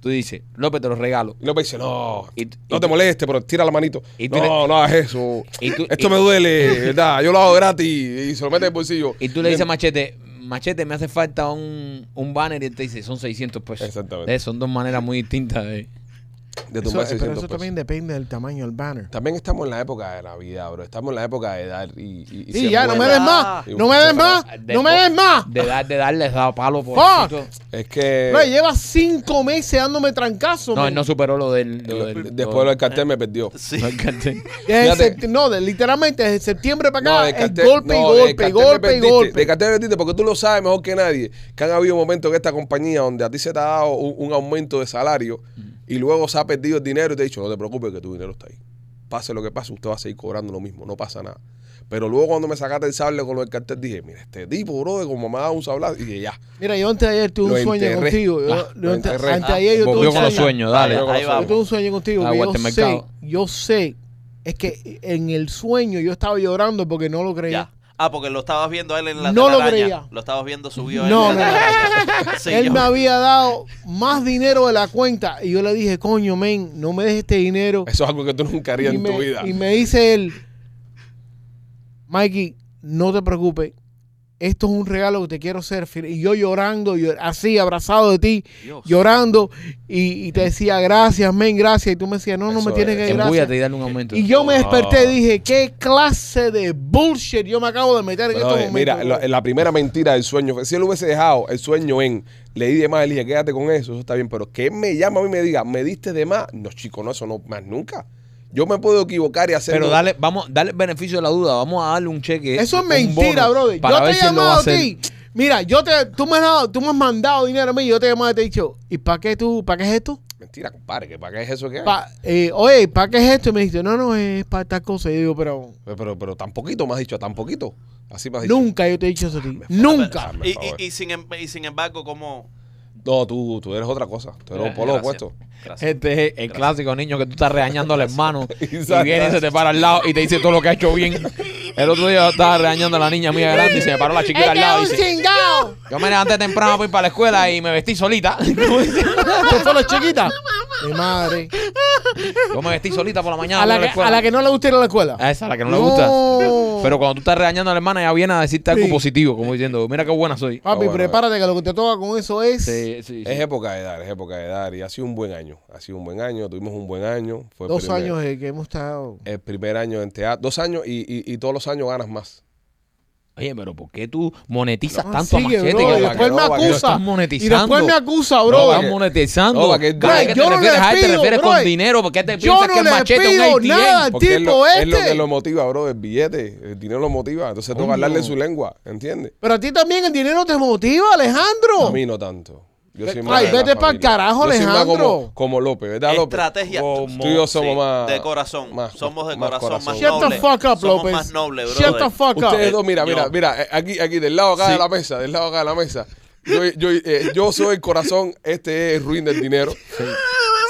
S2: tú dices, López te los regalo.
S1: Y López dice, no,
S2: Y t-
S1: no
S2: y
S1: te
S2: tú-
S1: molestes, pero tira la manito.
S2: y tú
S1: no, no hagas eso.
S2: y tú-
S1: Esto
S2: y-
S1: me duele, ¿verdad? Yo lo hago gratis y se lo mete en el bolsillo.
S2: Y tú le dices a Machete, Machete, me hace falta un, un banner y él te dice, son 600 pesos.
S1: Exactamente.
S2: Eh, son dos maneras muy distintas de...
S1: de
S4: Eso-
S1: tumbar
S4: pero
S1: 600
S4: eso
S1: pesos.
S4: también
S1: También...
S4: depende del tamaño del banner.
S1: estamos en la época de Navidad, bro. Estamos en la época de dar y... y, y
S4: Sí,
S1: ser
S4: ya, no
S1: bueno.
S4: me des más.
S1: Y
S4: No me des más.
S2: de-
S4: No me des más.
S2: De dar, de dar, les daba palo por...
S4: Fuck.
S1: Es que...
S4: Bro, lleva cinco meses dándome trancazo.
S2: No,
S4: man.
S2: él no superó lo del... lo
S1: Lo-
S2: del-
S1: después
S2: [LAUGHS]
S1: lo del cartel me perdió.
S3: Sí.
S2: lo del cartel.
S4: Desde
S1: Fíjate.
S4: sept- no, de- literalmente desde septiembre para acá
S1: del
S4: es
S1: cartel-
S4: golpe y
S1: no, del
S4: golpe,
S1: cartel
S4: y
S1: me
S4: golpe y
S1: perdiste,
S4: golpe.
S1: del cartel me perdiste, porque tú lo sabes mejor que nadie, que han habido momentos en esta compañía donde a ti se te ha dado un, un aumento de salario y luego se ha perdido el dinero y te ha dicho, no te preocupes que tu dinero está ahí. Pase lo que pase, usted va a seguir cobrando lo mismo, no pasa nada. Pero luego cuando me sacaste el sable con lo del cartel, dije, mira, este tipo, bro, como me ha dado un sablazo, y dije, ya.
S4: Mira, yo antes de ayer tuve
S1: Lo
S4: un sueño
S1: enterré.
S4: contigo. Yo,
S1: Ah,
S4: yo
S1: lo
S4: ante-
S1: enterré.
S4: antes de ayer [LAUGHS] yo tuve
S2: Volvió
S4: un
S2: con los
S4: sueño.
S2: sueños, dale.
S3: Ahí
S1: Ahí
S4: Yo
S3: vamos.
S4: tuve un sueño contigo. que yo,
S2: Aguante,
S4: sé,
S2: mercado.
S4: yo sé, es que en el sueño yo estaba llorando porque no lo
S3: Ya.
S4: creía.
S3: Ah, porque lo estabas viendo a él en la
S4: No lo
S3: telaraña.
S4: creía.
S3: Lo estabas viendo subido a él.
S4: No,
S3: en la
S4: no,
S3: telaraña. Sí,
S4: Él
S3: yo-
S4: me había dado más dinero de la cuenta y yo le dije, coño, men, no me des este dinero.
S1: Eso es algo que tú nunca harías
S4: y,
S1: en
S4: me,
S1: tu vida.
S4: y me dice él, Mikey, no te preocupes, esto es un regalo que te quiero hacer. Fir- Y yo llorando, llor- así, abrazado de ti,
S3: Dios.
S4: llorando, y, y te decía, gracias, men, gracias. Y tú me decías, no, no
S1: Eso
S4: me tienes que
S1: es.
S4: dar
S2: Embúyate
S4: gracias.
S2: y dale un aumento.
S4: Y yo me desperté y
S1: No.
S4: dije, ¿qué clase de bullshit yo me acabo de meter en
S1: Brother,
S4: estos momentos?
S1: mira,
S4: bro?"
S1: la, la primera mentira del sueño, fue, si él hubiese dejado el sueño en, le di de más, le dije, quédate con eso, eso está bien, pero que él me llama a mí y me diga, me diste de más, no, chico, no, eso no, más nunca. Yo me puedo equivocar y hacer...
S2: Pero dale, vamos, dale el beneficio de la duda. Vamos a darle un cheque.
S1: eh,
S4: Eso es
S2: un
S4: mentira,
S2: bono,
S4: brother.
S2: para
S4: Yo te
S2: ver
S4: he
S2: si él lo va
S4: llamado a
S2: hacer.
S4: ti. Mira, yo te, tú, me has dado, tú me has mandado dinero a mí y yo te he llamado y te he dicho, ¿y para qué tú, para qué es esto?
S1: Mentira, compadre, que para qué es eso que hay.
S4: Pa- eh, oye, ¿para qué es esto? Y me dice, no, no, es para esta cosa. Y yo digo, pero
S1: Pero, pero, pero tan poquito me has dicho, tan poquito. Así me has dicho.
S4: nunca yo te he dicho eso a ti. Nunca.
S1: Hazme
S3: Y,
S1: el favor.
S3: y- y sin, em- y sin embargo, como...
S1: No, tú, tú eres otra cosa, tú eres por lo
S3: Gracias.
S1: opuesto.
S3: Gracias.
S2: Este es el clásico niño que tú estás regañando al
S4: [LAUGHS]
S2: hermano
S1: Exacto.
S2: y viene y se te para al lado y te dice todo lo que ha hecho bien. El otro día yo estaba regañando a la niña mía grande y se me paró la chiquita al lado y dice,
S4: chingado.
S2: yo me levanté temprano para ir para la escuela y me vestí
S4: [LAUGHS]
S2: solita. [LAUGHS]
S4: ¿Tú solo chiquita? Mi madre.
S2: yo me vestí solita por la mañana.
S4: A la,
S2: para
S4: que, a la que no le gusta ir a la escuela.
S2: A esa, a la que no, le gusta.
S4: No.
S2: Pero cuando tú estás regañando a la hermana, ella viene a decirte algo
S4: Sí.
S2: positivo, como diciendo, mira qué buena soy.
S4: Papi,
S1: Ah, bueno,
S4: prepárate que lo que te toca con eso es.
S2: Sí, sí, sí.
S1: Es época de dar, es época de dar. Y ha sido un buen año, ha sido un buen año, tuvimos un buen año. Fue el
S4: Dos
S1: primer-
S4: años de que hemos estado.
S1: El primer año en teatro, dos años y, y- y todos los años ganas más.
S2: Oye, pero ¿por qué tú monetizas
S4: No,
S2: tanto
S4: sigue,
S2: a Machete?
S4: Ah, bro,
S2: cabrón?
S4: y después
S1: no,
S4: me
S1: para que no
S4: acusa.
S2: estás
S4: Y
S2: monetizando.
S4: después me acusa,
S2: No,
S4: bro.
S1: para
S2: estás monetizando.
S1: no, para que-
S2: Cada vez que
S4: Yo
S2: te
S4: no le
S2: refieres a él, te
S4: pido,
S2: refieres
S4: bro.
S2: con dinero. ¿Por qué te
S4: Yo
S2: piensas
S4: no
S2: que el
S4: le
S2: machete es
S4: pido
S2: un
S4: nada
S2: ATM?
S4: al
S1: Porque es
S4: tipo
S1: lo, es lo
S4: este.
S1: que lo motiva, bro, el billete. El dinero lo motiva. Entonces toca hablarle su lengua, ¿entiendes?
S4: Pero a ti también el dinero te motiva, Alejandro.
S1: A mí no tanto. Yo soy
S4: Ay,
S1: más de la
S4: vete pa'l
S1: familia.
S4: carajo,
S1: Yo soy más
S4: Alejandro.
S1: como, como López, ¿verdad, López?
S3: Estrategia.
S1: Tú y yo somos
S3: sí,
S1: más.
S3: De corazón.
S1: más-
S3: somos de
S1: más
S3: corazón, más
S1: corazón.
S4: Shut the
S3: noble.
S4: fuck up,
S3: Somos
S4: López.
S3: más noble, bro.
S4: Shut the fuck up.
S1: Ustedes dos, mira, mira,
S3: Yo.
S1: mira, eh, aquí, aquí, del lado acá
S3: Sí.
S1: de la mesa, del lado acá de la mesa. Yo, yo, eh, yo soy el corazón, este es el ruin del dinero.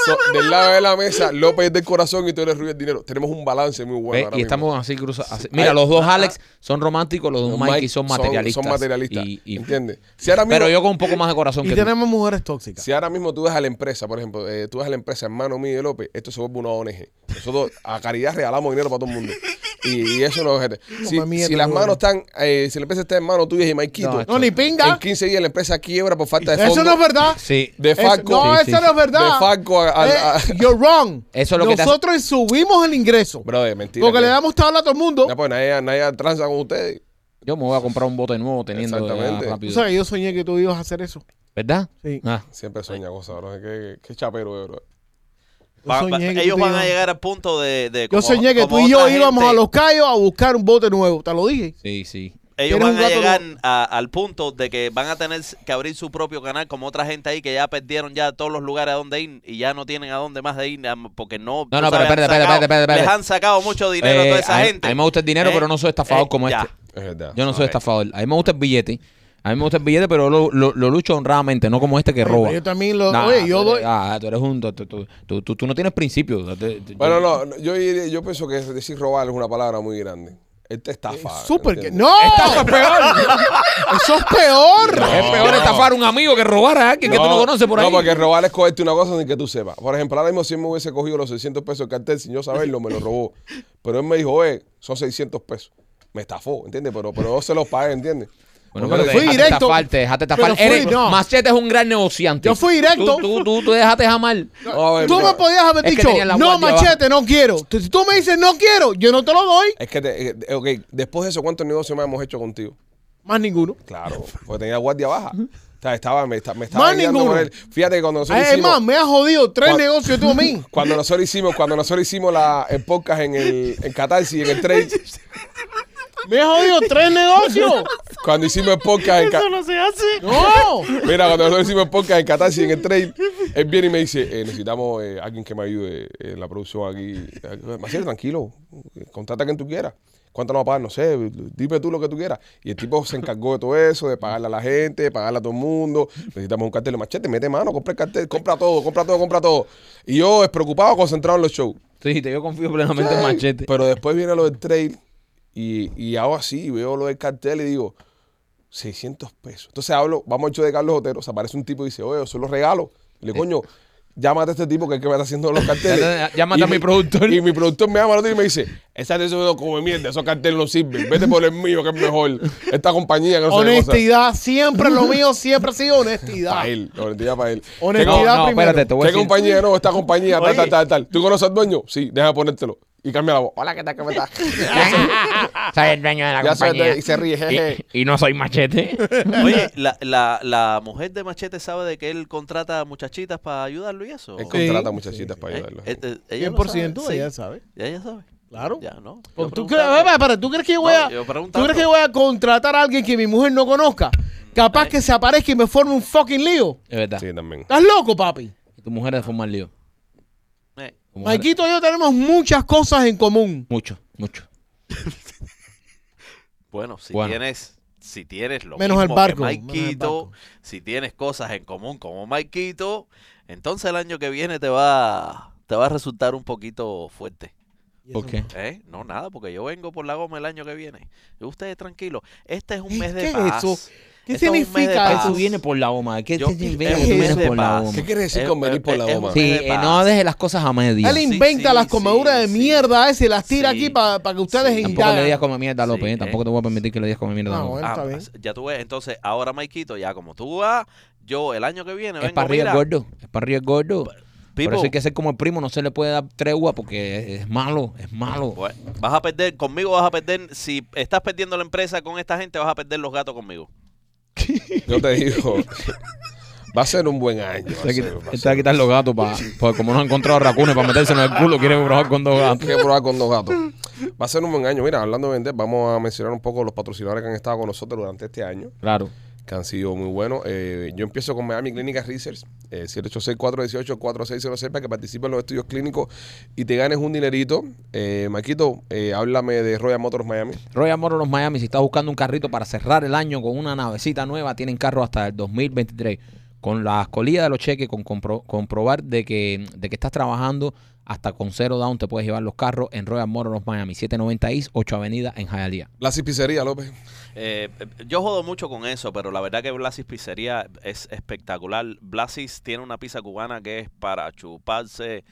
S1: So, del lado de la mesa, López es del corazón y tú eres el ruin del dinero. Tenemos un balance muy bueno.
S2: Ve,
S1: ahora
S2: y
S1: mismo.
S2: estamos así cruzados. así. Mira,
S1: Ay, ah,
S2: los dos Alex son románticos, los dos
S1: Los
S2: Mikey,
S1: Mike
S2: son materialistas.
S1: Son materialistas.
S2: Y- y-
S1: ¿Entiendes? Si ahora mismo,
S2: pero yo con un poco más de corazón
S4: Y
S2: que tú.
S4: tenemos mujeres tóxicas.
S1: Si ahora mismo tú ves a la empresa, por ejemplo, eh, tú ves a la empresa hermano mío de López, esto se vuelve una ONG. Nosotros a caridad regalamos dinero para todo el mundo. Y, y eso no es gente. Si,
S4: Mamá mía,
S1: si
S4: te
S1: las
S4: juro.
S1: manos están, eh, si la empresa está en manos tuyas y Maikito,
S2: No,
S4: No, ni
S1: en
S4: pinga.
S1: 15 días la empresa quiebra por falta de fondos.
S4: Eso no es verdad.
S2: Sí.
S1: De
S4: Eso-
S1: Falco.
S4: no,
S2: Sí,
S4: eso
S2: sí,
S4: no
S2: sí.
S4: es verdad.
S1: De Falco a- a-
S4: Eh,
S1: a-
S4: you're wrong.
S2: Eso es lo que te hace-
S4: Nosotros subimos el ingreso.
S1: Brother, mentira.
S4: porque
S1: que-
S4: le damos tabla a todo el mundo.
S1: Ya, pues nadie, nadie tranza con ustedes.
S2: Yo me voy a comprar un bote nuevo teniendo ya
S1: Exactamente.
S4: Tú
S2: rápido.
S4: sabes que yo soñé que tú ibas a hacer eso.
S2: ¿Verdad?
S4: Sí.
S2: Ah.
S1: Siempre sueña cosas, bro. Qué, qué chapero, eh, bro.
S4: Yo
S3: Va- va-
S4: soñé que
S3: ellos
S4: tú
S3: van
S4: ibas-
S3: a llegar al punto de. de
S4: Yo
S3: como-
S4: soñé que
S3: como
S4: tú y yo
S3: otra
S4: íbamos
S3: gente,
S4: a Los Cayos a buscar un bote nuevo. Te lo dije.
S2: Sí, sí.
S4: Era
S3: Ellos
S4: un
S3: van a
S4: gato
S3: llegar a- al punto de que van a tener que abrir su propio canal como otra gente ahí que ya perdieron ya todos los lugares a donde ir y ya no tienen a dónde más de ir am- porque no.
S2: No,
S3: tú
S2: no,
S3: sabes,
S2: pero
S3: han
S2: espérate,
S3: sacado-
S2: espérate, espérate, espérate.
S3: Les han sacado mucho dinero a toda
S2: Eh,
S3: esa
S2: a-
S3: gente.
S2: A mí me gusta el dinero,
S3: Eh,
S2: pero no soy estafador
S3: eh,
S2: como
S3: ya.
S2: este.
S1: Es verdad.
S2: Yo no soy
S3: Ok.
S2: estafador. A mí me gusta el billete. A mí me gusta el billete, pero lo, lo- lo lucho honradamente, no como este que
S4: Oye,
S2: roba.
S4: pero Yo también lo.
S2: Nah,
S4: oye, yo
S2: tú
S4: doy.
S2: eres- ah, tú eres un. Tú, tú- tú- tú- tú no tienes principios. Tú- tú-
S1: Bueno,
S2: tú-
S1: no, no, yo, diría- yo pienso que decir robar es una palabra muy grande. Este estafa.
S4: Súper que.
S1: ¿entiendes?
S4: ¡No! ¡Eso es peor! ¡Eso es peor!
S2: Es peor
S1: no.
S2: estafar a un amigo que robar a alguien que tú no conoces por ahí.
S1: No, porque robar es cogerte una cosa sin que tú sepas. Por ejemplo, ahora mismo si él me hubiese cogido los 600 pesos del cartel sin yo saberlo, me lo robó. Pero él me dijo, eh, son 600 pesos. Me estafó, ¿entiendes? Pero, pero yo se los pagué, ¿entiendes?
S2: Bueno,
S1: Porque
S2: pero
S1: le-
S2: te
S4: fui
S2: dejaste
S4: directo.
S2: estafar, te dejaste
S4: Pero
S2: estafar.
S4: fui-
S2: Eres-
S4: no.
S2: Machete es un gran negociante.
S4: Yo fui directo.
S2: Tú, tú, tú, tú dejaste jamar.
S1: No, a ver,
S4: Tú
S1: mira,
S4: me podías haber
S2: Es que
S4: dicho,
S2: tenía la
S4: no,
S2: guardia
S4: machete, no quiero. Tú- Si tú me dices, no quiero, yo no te lo doy.
S1: Es que, te- eh, ok, después de eso, ¿cuántos negocios más hemos hecho contigo?
S4: Más ninguno.
S1: Claro, porque tenía guardia baja. O sea, estaba, me, esta- me estaba
S4: Más
S1: guiando
S4: ninguno.
S1: por él. Fíjate que cuando nosotros
S2: Eh,
S4: Ay, Es
S1: hicimos...
S4: más, me has jodido tres
S1: Cuan-
S4: negocios tú
S2: [LAUGHS]
S4: a mí.
S1: Cuando nosotros hicimos, cuando nosotros hicimos la, el podcast en el en Catarsis, en el trade,
S2: [LAUGHS]
S4: Me has jodido tres negocios.
S1: cuando hicimos el podcast en Ca-
S3: no se hace.
S4: No.
S1: Mira, cuando nosotros hicimos el podcast en Catarsis, en el trade, él viene y me dice, eh, necesitamos eh, alguien que me ayude eh, en la producción aquí. Macete, tranquilo, eh, contrata a quien tú quieras. ¿Cuánto nos va a pagar? No sé, dime tú lo que tú quieras. Y el tipo se encargó de todo eso, de pagarle a la gente, de pagarle a todo el mundo. Necesitamos un cartel de machete, mete mano, compra el cartel, compra todo, compra todo, compra todo. Y yo, despreocupado, concentrado en los shows.
S2: Sí, te- yo confío plenamente en
S1: Sí,
S2: Machete.
S1: Pero después viene lo del trail y, y hago así, veo lo del cartel y digo, 600 pesos. Entonces hablo, vamos al show de Carlos Otero, se aparece un tipo y dice, oye, son los regalos. Y le coño, llámate a este tipo que es el que me está haciendo los carteles.
S2: Llámate
S1: Y
S2: a mi productor.
S1: Y mi productor me llama al otro día y me dice, esa de esos como mierda, esos carteles no sirven, vete por el mío que es mejor. Esta compañía que no se
S4: Honestidad, siempre lo mío siempre ha sido honestidad.
S1: Para él, honestidad para él. ¿Qué,
S4: Honestidad
S2: no,
S1: com-
S2: no,
S4: primero.
S2: espérate, te voy a
S1: qué
S2: decir.
S1: compañía? No, esta compañía, tal, tal, tal, tal. ¿Tú conoces al dueño? Sí, deja ponértelo. Y cambia la voz. Hola, ¿qué tal? ¿Cómo [LAUGHS] estás?
S6: [LAUGHS] Soy el dueño de la
S1: Ya se-
S6: compañía.
S1: y se ríe, jeje.
S6: Y, y no soy machete.
S2: este.
S3: [LAUGHS]
S2: [LAUGHS]
S3: Oye, la, la, la mujer de Machete sabe de que él contrata muchachitas para ayudarlo y eso.
S1: Él
S4: Sí.
S1: contrata muchachitas para
S3: ¿Eh?
S1: ayudarlo.
S3: Eh, eh, ella lo
S4: 100%
S3: sabe,
S4: ella
S3: sí.
S4: sabe.
S3: Ya ella sabe.
S4: Claro.
S3: Ya, ¿no? Yo
S4: Porque ¿Tú, crees,
S3: preguntando.
S4: espera, espera, ¿tú crees que yo voy a,
S3: No, yo
S4: ¿tú
S3: preguntando.
S4: crees que yo voy a contratar a alguien que mi mujer no conozca? Capaz que se aparezca y me forme un fucking lío.
S2: Es verdad.
S1: Sí, también.
S4: ¿Estás loco, papi?
S2: Tu mujer es formar lío.
S3: Eh,
S2: Tu mujer-
S4: Maikito y yo tenemos muchas cosas en común.
S2: Mucho, mucho.
S3: Bueno, si
S2: Bueno.
S3: tienes si tienes lo
S4: Menos el
S3: mismo
S4: barco,
S3: que
S4: menos el
S3: Maikito,
S4: barco.
S3: si tienes cosas en común como Maikito, entonces el año que viene te va te va a resultar un poquito fuerte.
S2: ¿Por qué?
S3: ¿Eh? No, nada, porque yo vengo por la goma el año que viene. Y ustedes tranquilos. Este es un mes
S4: ¿Qué
S3: de
S4: es
S3: paz.
S4: eso? ¿Qué
S3: Este es un mes de
S4: significa
S3: paz.
S4: eso?
S2: Ah, Eso viene por la goma. ¿Qué
S3: Yo- este
S2: te significa
S4: es
S2: que tú
S4: un
S2: vienes
S3: mes de
S2: por la
S3: paz.
S2: goma?
S1: ¿Qué quiere decir
S3: Eh,
S1: con
S3: eh,
S1: venir por la
S3: eh,
S1: goma?
S3: eh,
S2: Sí,
S3: de
S2: eh,
S3: paz.
S2: no dejes las cosas a medias.
S4: Él
S3: Sí,
S4: inventa
S3: sí,
S4: las
S3: sí,
S4: comeduras de
S3: sí.
S4: mierda esa y las tira
S3: Sí,
S4: aquí pa- para que ustedes
S3: sí.
S2: Tampoco le
S4: indaguen.
S2: digas como mierda, López.
S3: Sí,
S2: ¿eh? Tampoco
S3: eh.
S2: te voy a permitir que le digas como mierda.
S4: No,
S2: López.
S4: bueno, está bien.
S3: Ah, ya tú ves. Entonces, ahora Maikito, ya como tú vas, yo el año que viene
S2: Es
S3: vengo
S2: para arriba el
S3: mira,
S2: gordo. Es para arriba el gordo.
S6: Por
S3: Pipo.
S6: eso hay que ser como el primo, no se le puede dar tregua porque es, es malo, es malo.
S3: Bueno, vas a perder, conmigo vas a perder, si estás perdiendo la empresa con esta gente, vas a perder los gatos conmigo.
S1: Yo te digo, va a ser un buen año. va a
S6: Te va a
S1: ser-
S6: quitar-
S1: va a
S6: te Este va a
S1: ser-
S6: quitar los gatos para. Porque como no han encontrado racunes para meterse en el culo, quieren probar con dos gatos.
S1: que probar con dos gatos. Va a ser un buen año. Mira, hablando de vender, vamos a mencionar un poco los patrocinadores que han estado con nosotros durante este año,
S6: Claro.
S1: que han sido muy buenos. Eh, yo empiezo con Miami Clínicas Research, eh, 786-418-4606, para que participen en los estudios clínicos y te ganes un dinerito. Eh, Maquito, eh, háblame de Royal Motors Miami.
S6: Royal Motors Miami, si estás buscando un carrito para cerrar el año con una navecita nueva, tienen carro hasta el 2023. Con la colillas de los cheques, con compro- comprobar de que, de que estás trabajando hasta con cero down, te puedes llevar los carros en Royal Motors Miami, 790 East, 8 Avenida en Hialeah.
S1: Blasis Pizzería, López.
S3: Eh, yo jodo mucho con eso, pero la verdad que Blasis Pizzería es espectacular. Blasis tiene una pizza cubana que es para chuparse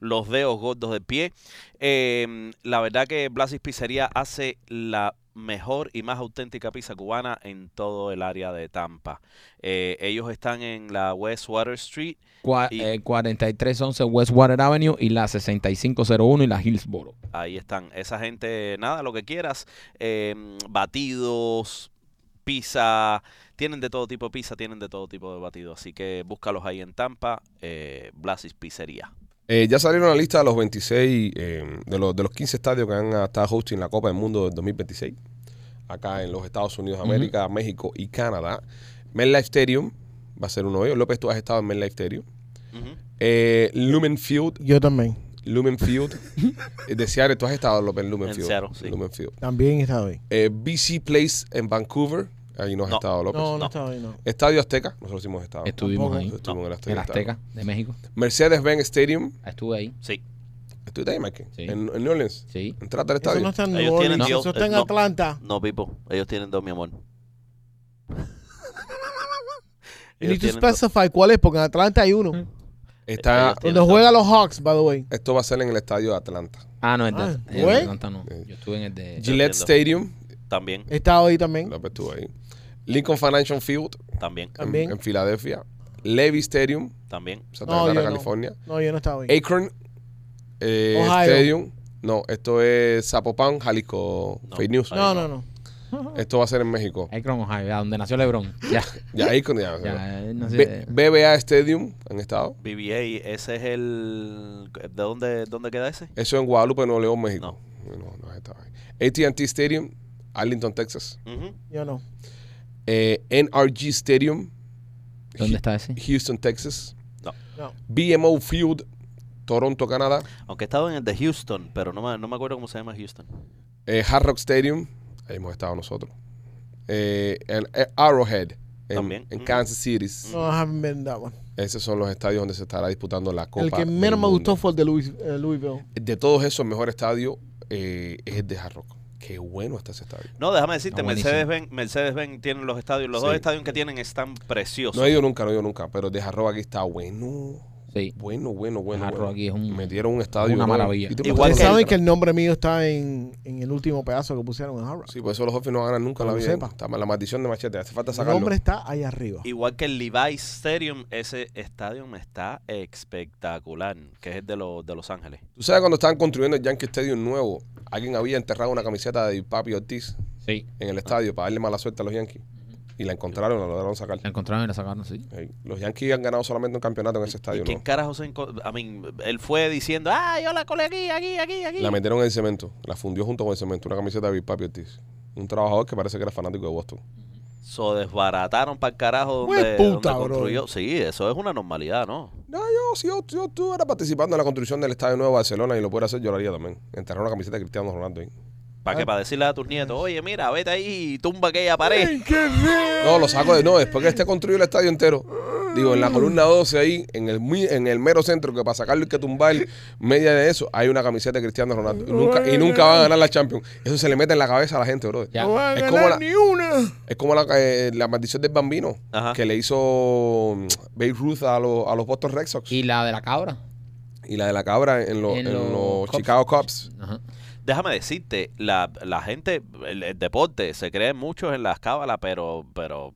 S3: los dedos gordos del pie. Eh, la verdad que Blasis Pizzería hace la mejor y más auténtica pizza cubana en todo el área de Tampa. Eh, ellos están en la West Water Street.
S6: Cua-
S3: Y-
S6: eh, 4311 Westwater Avenue y la 6501 y la Hillsboro.
S3: Ahí están. Esa gente, nada, lo que quieras. eh, batidos, pizza. Tienen de todo tipo de pizza, tienen de todo tipo de batido. Así que búscalos ahí en Tampa, eh, Blasis Pizzería.
S1: Eh, ya salieron la lista de los 26, eh, de, los, de los 15 estadios que van a estar hosting la Copa del Mundo del 2026, acá en los Estados Unidos, de América, México y Canadá. MetLife Stadium va a ser uno de ellos. López, tú has estado en MetLife Stadium.
S3: Ujú.
S1: Eh, Lumen Field,
S4: Yo también.
S1: Lumen Field. eh, de Seattle, tú has estado López, en Lumen
S3: En
S1: Field.
S3: Seattle, sí.
S1: Lumen Field.
S4: También estaba ahí.
S1: Eh, BC Place en Vancouver, ahí no has
S3: No.
S1: estado López.
S4: No, no, estaba ahí, no.
S1: Estadio Azteca, nosotros hemos estado.
S6: Estuvimos
S4: Tampoco.
S6: ahí.
S1: Nosotros estuvimos en el Azteca.
S6: En Azteca de México.
S1: Mercedes-Benz Stadium.
S6: Estuve ahí.
S3: Sí.
S1: ¿Estuviste ahí, Mike?
S6: Sí.
S1: En, en New Orleans.
S6: Sí.
S1: Entraste al
S4: Eso
S1: estadio.
S4: no está en
S3: Ellos
S4: New Orleans,
S3: tienen- eh,
S4: eso está en
S3: no.
S4: Atlanta.
S3: No, Pipo. Ellos tienen dos, mi [LAUGHS] amor.
S4: You
S3: Ellos
S4: need to
S3: tienen dos.
S4: specify cuál es, porque en Atlanta hay uno. Este,
S1: Está,
S3: Ellos
S4: Donde
S3: tienen
S4: juegan los Hawks, by the way.
S1: Esto va a ser en el estadio de Atlanta.
S6: Ah, no, en
S4: Ah,
S6: de- en
S4: güey.
S6: Atlanta no. Yo estuve en el de.
S1: Gillette
S3: entiendo.
S1: Stadium,
S3: dos. También,
S4: Estaba ahí también.
S1: la ves tú ahí. Lincoln Financial Field
S3: también,
S1: en,
S4: También.
S1: en Filadelfia. Levy Stadium,
S3: también.
S1: Santa
S4: No,
S1: Clara,
S4: yo no.
S1: California.
S4: No, yo no estaba ahí.
S1: Akron eh,
S4: Ohio.
S1: Stadium. No, esto es Zapopan, Jalisco,
S3: No.
S1: Fake News.
S4: No, no, no.
S1: Esto va a ser en México.
S6: Akron, Ohio, ya, donde nació LeBron. Ya.
S1: Ya, Akron ya.
S6: ya, eh, no
S1: B-
S6: sé.
S1: BBA Stadium, han estado.
S3: BBA, ese es el... ¿De dónde, dónde queda ese?
S1: Eso en Guadalupe, Nuevo León, México. No, no has estado ahí. ATT Stadium, Arlington, Texas.
S3: Ujú.
S4: Yo no.
S1: Eh, NRG Stadium,
S6: ¿Dónde está ese?
S1: Houston, Texas.
S4: No.
S1: BMO Field, Toronto, Canadá.
S3: Aunque estaba en el de Houston, pero no me, no me acuerdo cómo se llama Houston.
S1: Eh, Hard Rock Stadium, ahí hemos estado nosotros. Eh, en eh, Arrowhead, en,
S3: También.
S1: en
S3: Mm.
S1: Kansas City.
S4: No, I haven't been that one.
S1: Esos son los estadios donde se estará disputando la Copa.
S4: El que
S1: del
S4: menos me gustó
S1: Mundo.
S4: fue el de Louis- eh, Louisville.
S1: De todos esos, el mejor estadio eh, es el de Hard Rock. Qué bueno está ese estadio.
S3: No, déjame decirte,
S6: Está buenísimo.
S3: Mercedes-Benz Mercedes -Benz tienen los estadios, los
S1: Sí.
S3: dos estadios que tienen están preciosos.
S1: No he ido nunca, no he ido nunca, pero el de Hard Rock aquí está bueno.
S6: Sí.
S1: Bueno, bueno, bueno.
S6: Hard
S1: bueno.
S6: Rock aquí es un-
S1: Metieron un estadio.
S6: una
S1: nuevo.
S6: maravilla.
S1: ¿Y tú me
S3: Igual
S4: Ustedes
S3: que el-
S1: acuerdas?
S4: saben que el nombre mío está en, en el último pedazo que pusieron en Hard Rock.
S1: Sí, por eso los Hoffies no ganan nunca en la
S4: Lo
S1: vida.
S4: sepa.
S1: Está mal, la maldición de Machete. Hace falta
S4: el
S1: sacarlo.
S4: nombre está ahí arriba.
S3: Igual que el Levi's Stadium, ese estadio está espectacular, que es el de, los de Los Ángeles.
S1: Tú sabes cuando estaban construyendo el Yankee Stadium nuevo, alguien había enterrado una camiseta de Papi Ortiz
S6: Sí.
S1: en el estadio para darle mala suerte a los Yankees. Y la encontraron, la lograron sacar.
S6: La encontraron y la sacaron, sí.
S1: Ey, Los Yankees han ganado solamente un campeonato en ese
S3: ¿Y
S1: estadio.
S3: quién
S1: ¿no?
S3: carajo se enco- a mí, él fue diciendo, ah, yo la colé aquí, aquí, aquí, aquí.
S1: La metieron en el cemento, la fundió junto con el cemento, una camiseta de Big Papi Ortiz. Un trabajador que parece que era fanático de Boston.
S3: So desbarataron para el carajo
S4: Hue
S3: donde,
S4: puta,
S3: donde
S4: bro.
S3: construyó. Sí, eso es una normalidad, ¿no?
S1: No, yo, si yo, yo estuviera participando en la construcción del Estadio Nuevo de Barcelona y lo pudiera hacer, yo lo haría también. Enterrar una camiseta de Cristiano Ronaldo ahí.
S3: ¿Para que Para decirle a tus nietos, oye, mira, vete ahí y tumba aquella pared.
S1: No, lo saco de no, después que esté construido el estadio entero. Digo, en la columna 12 ahí, en el, muy- en el mero centro, que para sacarlo hay que tumbar media de eso, hay una camiseta de Cristiano Ronaldo. Y nunca, y nunca va a ganar la Champions. Eso se le mete en la cabeza a la gente, bro.
S6: Ya.
S1: Es como la,
S4: una.
S1: es como la, eh, la maldición del bambino
S3: Ajá.
S1: que le hizo mm, Babe Ruth a, los- a los Boston Red Sox. Y,
S6: Y la de la cabra.
S1: la de la cabra en, los-
S6: en
S1: en
S6: los
S1: los
S6: Cubs.
S1: Chicago Cubs.
S6: Ajá.
S3: Déjame decirte, la, la gente, el, el deporte, se cree mucho en las cábalas, pero, pero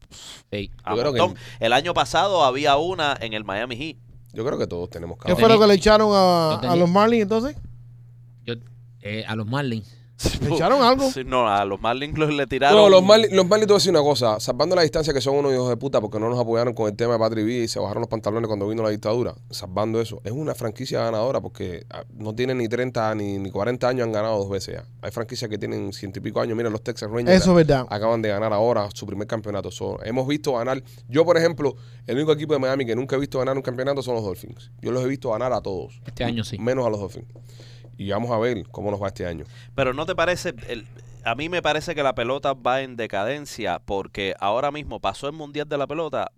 S6: Sí.
S3: a
S1: Yo creo que-
S3: montón. El año pasado había una en el Miami Heat.
S1: Yo creo que todos tenemos
S4: ¿Qué
S1: caballo.
S4: fue lo que le echaron
S2: No
S4: a,
S2: tenía.
S4: a los Marlins entonces?
S2: Yo, eh, a los Marlins.
S3: [LAUGHS]
S4: ¿Le echaron algo?
S3: Sí, no, a los Marlins los- le tiraron.
S1: No, los Marlins, los Marlins, te voy a decir una cosa, salvando la distancia que son unos hijos de puta porque no nos apoyaron con el tema de Patrick B y se bajaron los pantalones cuando vino la dictadura, salvando eso, es una franquicia ganadora porque ah, no tienen ni 30 ni, ni 40 años, han ganado dos veces ya. Hay franquicias que tienen ciento y pico años, mira los Texas Rangers.
S4: Eso es verdad.
S1: acaban de ganar ahora su primer campeonato. So, hemos visto ganar, yo por ejemplo, el único equipo de Miami que nunca he visto ganar un campeonato son los Dolphins. Yo los he visto ganar a todos,
S2: Este año sí.
S1: menos a los Dolphins. Y vamos a ver cómo nos va este año.
S3: Pero no te parece, el- a mí me parece que la pelota va en decadencia porque ahora mismo pasó el Mundial de la Pelota.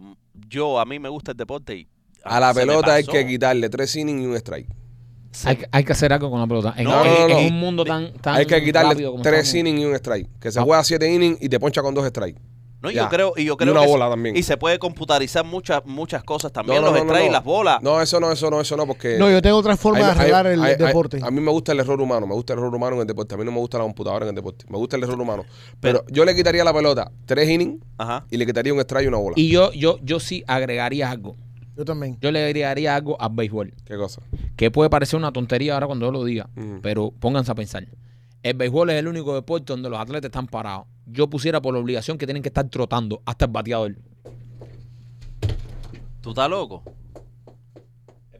S3: Yo, a mí me gusta el deporte y...
S1: A la
S3: Ah, se me
S1: pelota hay
S3: pasó.
S1: que quitarle tres innings y un strike.
S2: Hay, hay que hacer algo con la pelota. En,
S3: No,
S2: en-
S1: no, no,
S2: en
S1: no.
S2: un mundo tan, tan
S1: Hay que quitarle
S2: rápido como
S1: tres
S2: estamos.
S1: innings y un strike. Que se
S2: Ah.
S1: juega siete innings y te poncha con dos strikes.
S3: No, y
S1: Ya.
S3: yo creo, y yo
S1: Y
S3: creo
S1: una
S3: que se-
S1: bola también.
S3: Y se puede computarizar muchas muchas cosas también,
S1: No, no,
S3: los
S1: no, no,
S3: strikes y
S1: no.
S3: las bolas.
S1: No, eso no, eso no, eso no, porque...
S4: No, yo tengo otra forma
S1: Eh, hay-
S4: de
S1: hay-
S4: arreglar el
S1: hay- hay-
S4: deporte.
S1: a mí me gusta el error humano, me gusta el error humano en el deporte. A mí no me gusta la computadora en el deporte. Me gusta el error humano. Pero yo le quitaría la pelota tres innings
S3: Ajá.
S1: y le quitaría un strike y una bola.
S2: Y yo, yo, yo sí agregaría algo.
S4: yo también.
S2: Yo le agregaría algo al béisbol.
S1: ¿Qué cosa? Mm.
S2: Que puede parecer una tontería ahora cuando yo lo diga.
S1: Ujú.
S2: Pero pónganse a pensar. El béisbol es el único deporte donde los atletas están parados. Yo pusiera por la obligación que tienen que estar trotando hasta el bateador.
S3: ¿Tú estás loco?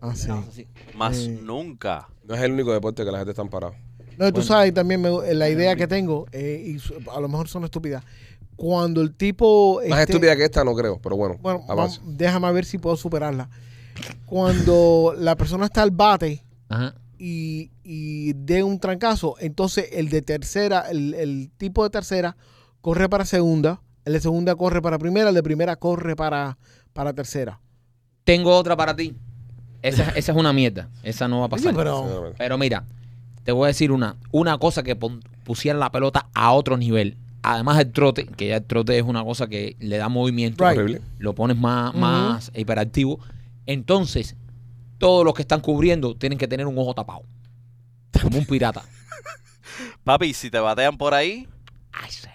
S4: Ah, sí.
S3: Más
S4: Eh.
S3: nunca.
S1: No es el único deporte que la gente está parada.
S4: No, y tú sabes, también me- la idea que tengo, eh, y su- a lo mejor son estúpidas, cuando el tipo...
S1: Más
S4: esté-
S1: estúpida que esta no creo, pero bueno,
S4: Este- Bueno,
S1: avance.
S4: vamos- déjame ver si puedo superarla. Cuando [LAUGHS] la persona está al bate
S2: Ajá.
S4: y, y dé un trancazo, entonces el de tercera, el, el tipo de tercera corre para segunda, el de segunda corre para primera, el de primera corre para, para tercera.
S2: Tengo otra para ti.
S4: [LAUGHS]
S2: Esa, esa es una mierda. Esa no va a pasar.
S4: Oye, pero-
S2: Pero mira, te voy a decir una, una cosa que pon- pusiera la pelota a otro nivel. Además del trote, que ya el trote es una cosa que le da movimiento,
S4: Right.
S1: Horrible.
S2: lo pones más,
S4: Ujú.
S2: más hiperactivo. Entonces, todos los que están cubriendo tienen que tener un ojo tapado. Como un
S4: [LAUGHS]
S2: pirata.
S3: Papi, si te batean por ahí,
S2: Ay, se la-